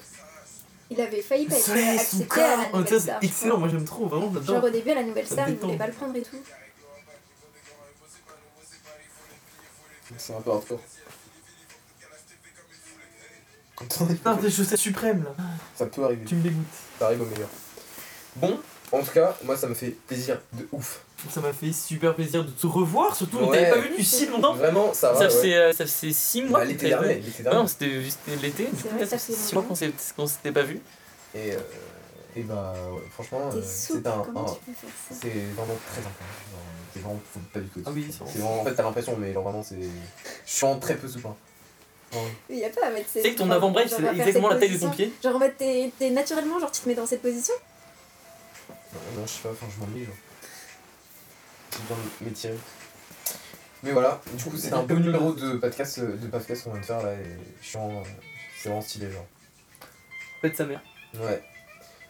[SPEAKER 6] Il avait failli
[SPEAKER 1] Le
[SPEAKER 6] pas être
[SPEAKER 1] soleil, son
[SPEAKER 6] accepté
[SPEAKER 1] corps.
[SPEAKER 6] à la
[SPEAKER 1] Oh,
[SPEAKER 6] nouvelle
[SPEAKER 1] ça, c'est
[SPEAKER 6] star.
[SPEAKER 1] excellent. Moi, j'aime trop. Vraiment,
[SPEAKER 6] Genre,
[SPEAKER 1] j'adore.
[SPEAKER 6] au début, à la nouvelle
[SPEAKER 1] Ça
[SPEAKER 6] star, il
[SPEAKER 1] détend.
[SPEAKER 6] voulait pas le prendre et tout.
[SPEAKER 8] C'est un peu hardcore.
[SPEAKER 1] Putain, tes chaussettes suprêmes, là.
[SPEAKER 8] Ça peut arriver,
[SPEAKER 1] Tu me dégoûtes.
[SPEAKER 8] ça arrive au meilleur. Bon, en tout cas, moi ça me fait plaisir de ouf.
[SPEAKER 1] Ça m'a fait super plaisir de te revoir. Surtout, on
[SPEAKER 8] Ouais.
[SPEAKER 1] t'avait pas vu depuis si longtemps.
[SPEAKER 8] Vraiment, ça va.
[SPEAKER 7] Ça
[SPEAKER 8] ouais.
[SPEAKER 7] faisait euh, ça faisait 6 mois.
[SPEAKER 8] Bah,
[SPEAKER 7] que
[SPEAKER 8] l'été
[SPEAKER 7] t'avais-
[SPEAKER 8] dernier, l'été
[SPEAKER 7] Ah
[SPEAKER 8] dernier.
[SPEAKER 7] Non, c'était c'était l'été, du
[SPEAKER 6] C'est
[SPEAKER 7] coup,
[SPEAKER 6] vrai,
[SPEAKER 7] là,
[SPEAKER 6] ça
[SPEAKER 7] ça
[SPEAKER 6] fait
[SPEAKER 7] fait 6 mois
[SPEAKER 6] longtemps.
[SPEAKER 7] qu'on s'est- qu'on s'était pas vu.
[SPEAKER 8] Et, euh, et bah, ouais,
[SPEAKER 7] Oh,
[SPEAKER 8] franchement, euh,
[SPEAKER 6] T'es
[SPEAKER 8] c'est
[SPEAKER 6] souple,
[SPEAKER 8] un.
[SPEAKER 6] comment
[SPEAKER 8] un-
[SPEAKER 6] tu peux faire ça
[SPEAKER 8] C'est vraiment très important. C'est vraiment faut pas du tout.
[SPEAKER 1] Ah oui, c'est
[SPEAKER 8] c'est vraiment. En fait, t'as l'impression, mais genre, vraiment, c'est. Je suis en très peu hein. soupin.
[SPEAKER 6] Il y a pas à mettre ses-
[SPEAKER 7] Tu sais que ton
[SPEAKER 6] genre,
[SPEAKER 7] avant-bras, il
[SPEAKER 6] genre,
[SPEAKER 7] fait
[SPEAKER 6] à faire
[SPEAKER 7] exactement
[SPEAKER 6] cette
[SPEAKER 7] la taille de ton
[SPEAKER 6] position.
[SPEAKER 7] pied.
[SPEAKER 6] Genre, en mode, t'es t'es naturellement, genre, tu te mets dans cette position.
[SPEAKER 8] Non, non, je sais pas, enfin, je m'ennuie, genre. J'ai besoin de m'étirer. Mais voilà, du coup, c'est un peu le numéro de podcast, euh, de podcast qu'on vient de faire là, et je suis en. C'est vraiment stylé, genre.
[SPEAKER 7] Peut-être sa mère.
[SPEAKER 8] Ouais.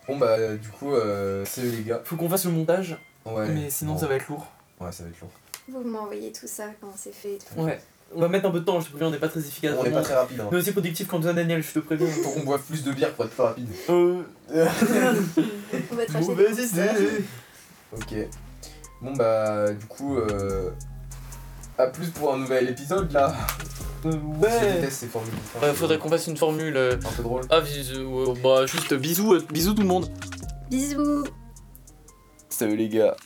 [SPEAKER 8] Bon, bah, euh, du coup, euh, salut les gars.
[SPEAKER 1] Faut qu'on fasse le montage.
[SPEAKER 8] Ouais.
[SPEAKER 1] Mais sinon,
[SPEAKER 8] Bon.
[SPEAKER 1] ça va être lourd.
[SPEAKER 8] Ouais, ça va être long.
[SPEAKER 6] Vous m'envoyez tout ça quand c'est fait et tout.
[SPEAKER 1] Ouais. On va mettre un peu de temps, je te préviens, on n'est pas très efficace.
[SPEAKER 8] On est pas très rapide, <laughs> hein.
[SPEAKER 1] On est aussi productif qu'Antoine Daniel, je te préviens.
[SPEAKER 8] Faut qu'on boive plus de bière pour être plus rapide.
[SPEAKER 1] Euh,
[SPEAKER 6] On va te racheter
[SPEAKER 1] mauvaise
[SPEAKER 6] des
[SPEAKER 1] idée.
[SPEAKER 8] Ok. Bon bah du coup euh... à plus pour un nouvel épisode là.
[SPEAKER 1] Euh,
[SPEAKER 8] Je
[SPEAKER 1] ouais.
[SPEAKER 8] déteste ces formules.
[SPEAKER 7] Ouais, faudrait qu'on fasse une formule. euh,
[SPEAKER 8] C'est un peu drôle.
[SPEAKER 7] Ah, bisous. euh, Bah, juste bisous, euh, bisous tout le monde.
[SPEAKER 6] Bisous
[SPEAKER 8] Salut les gars.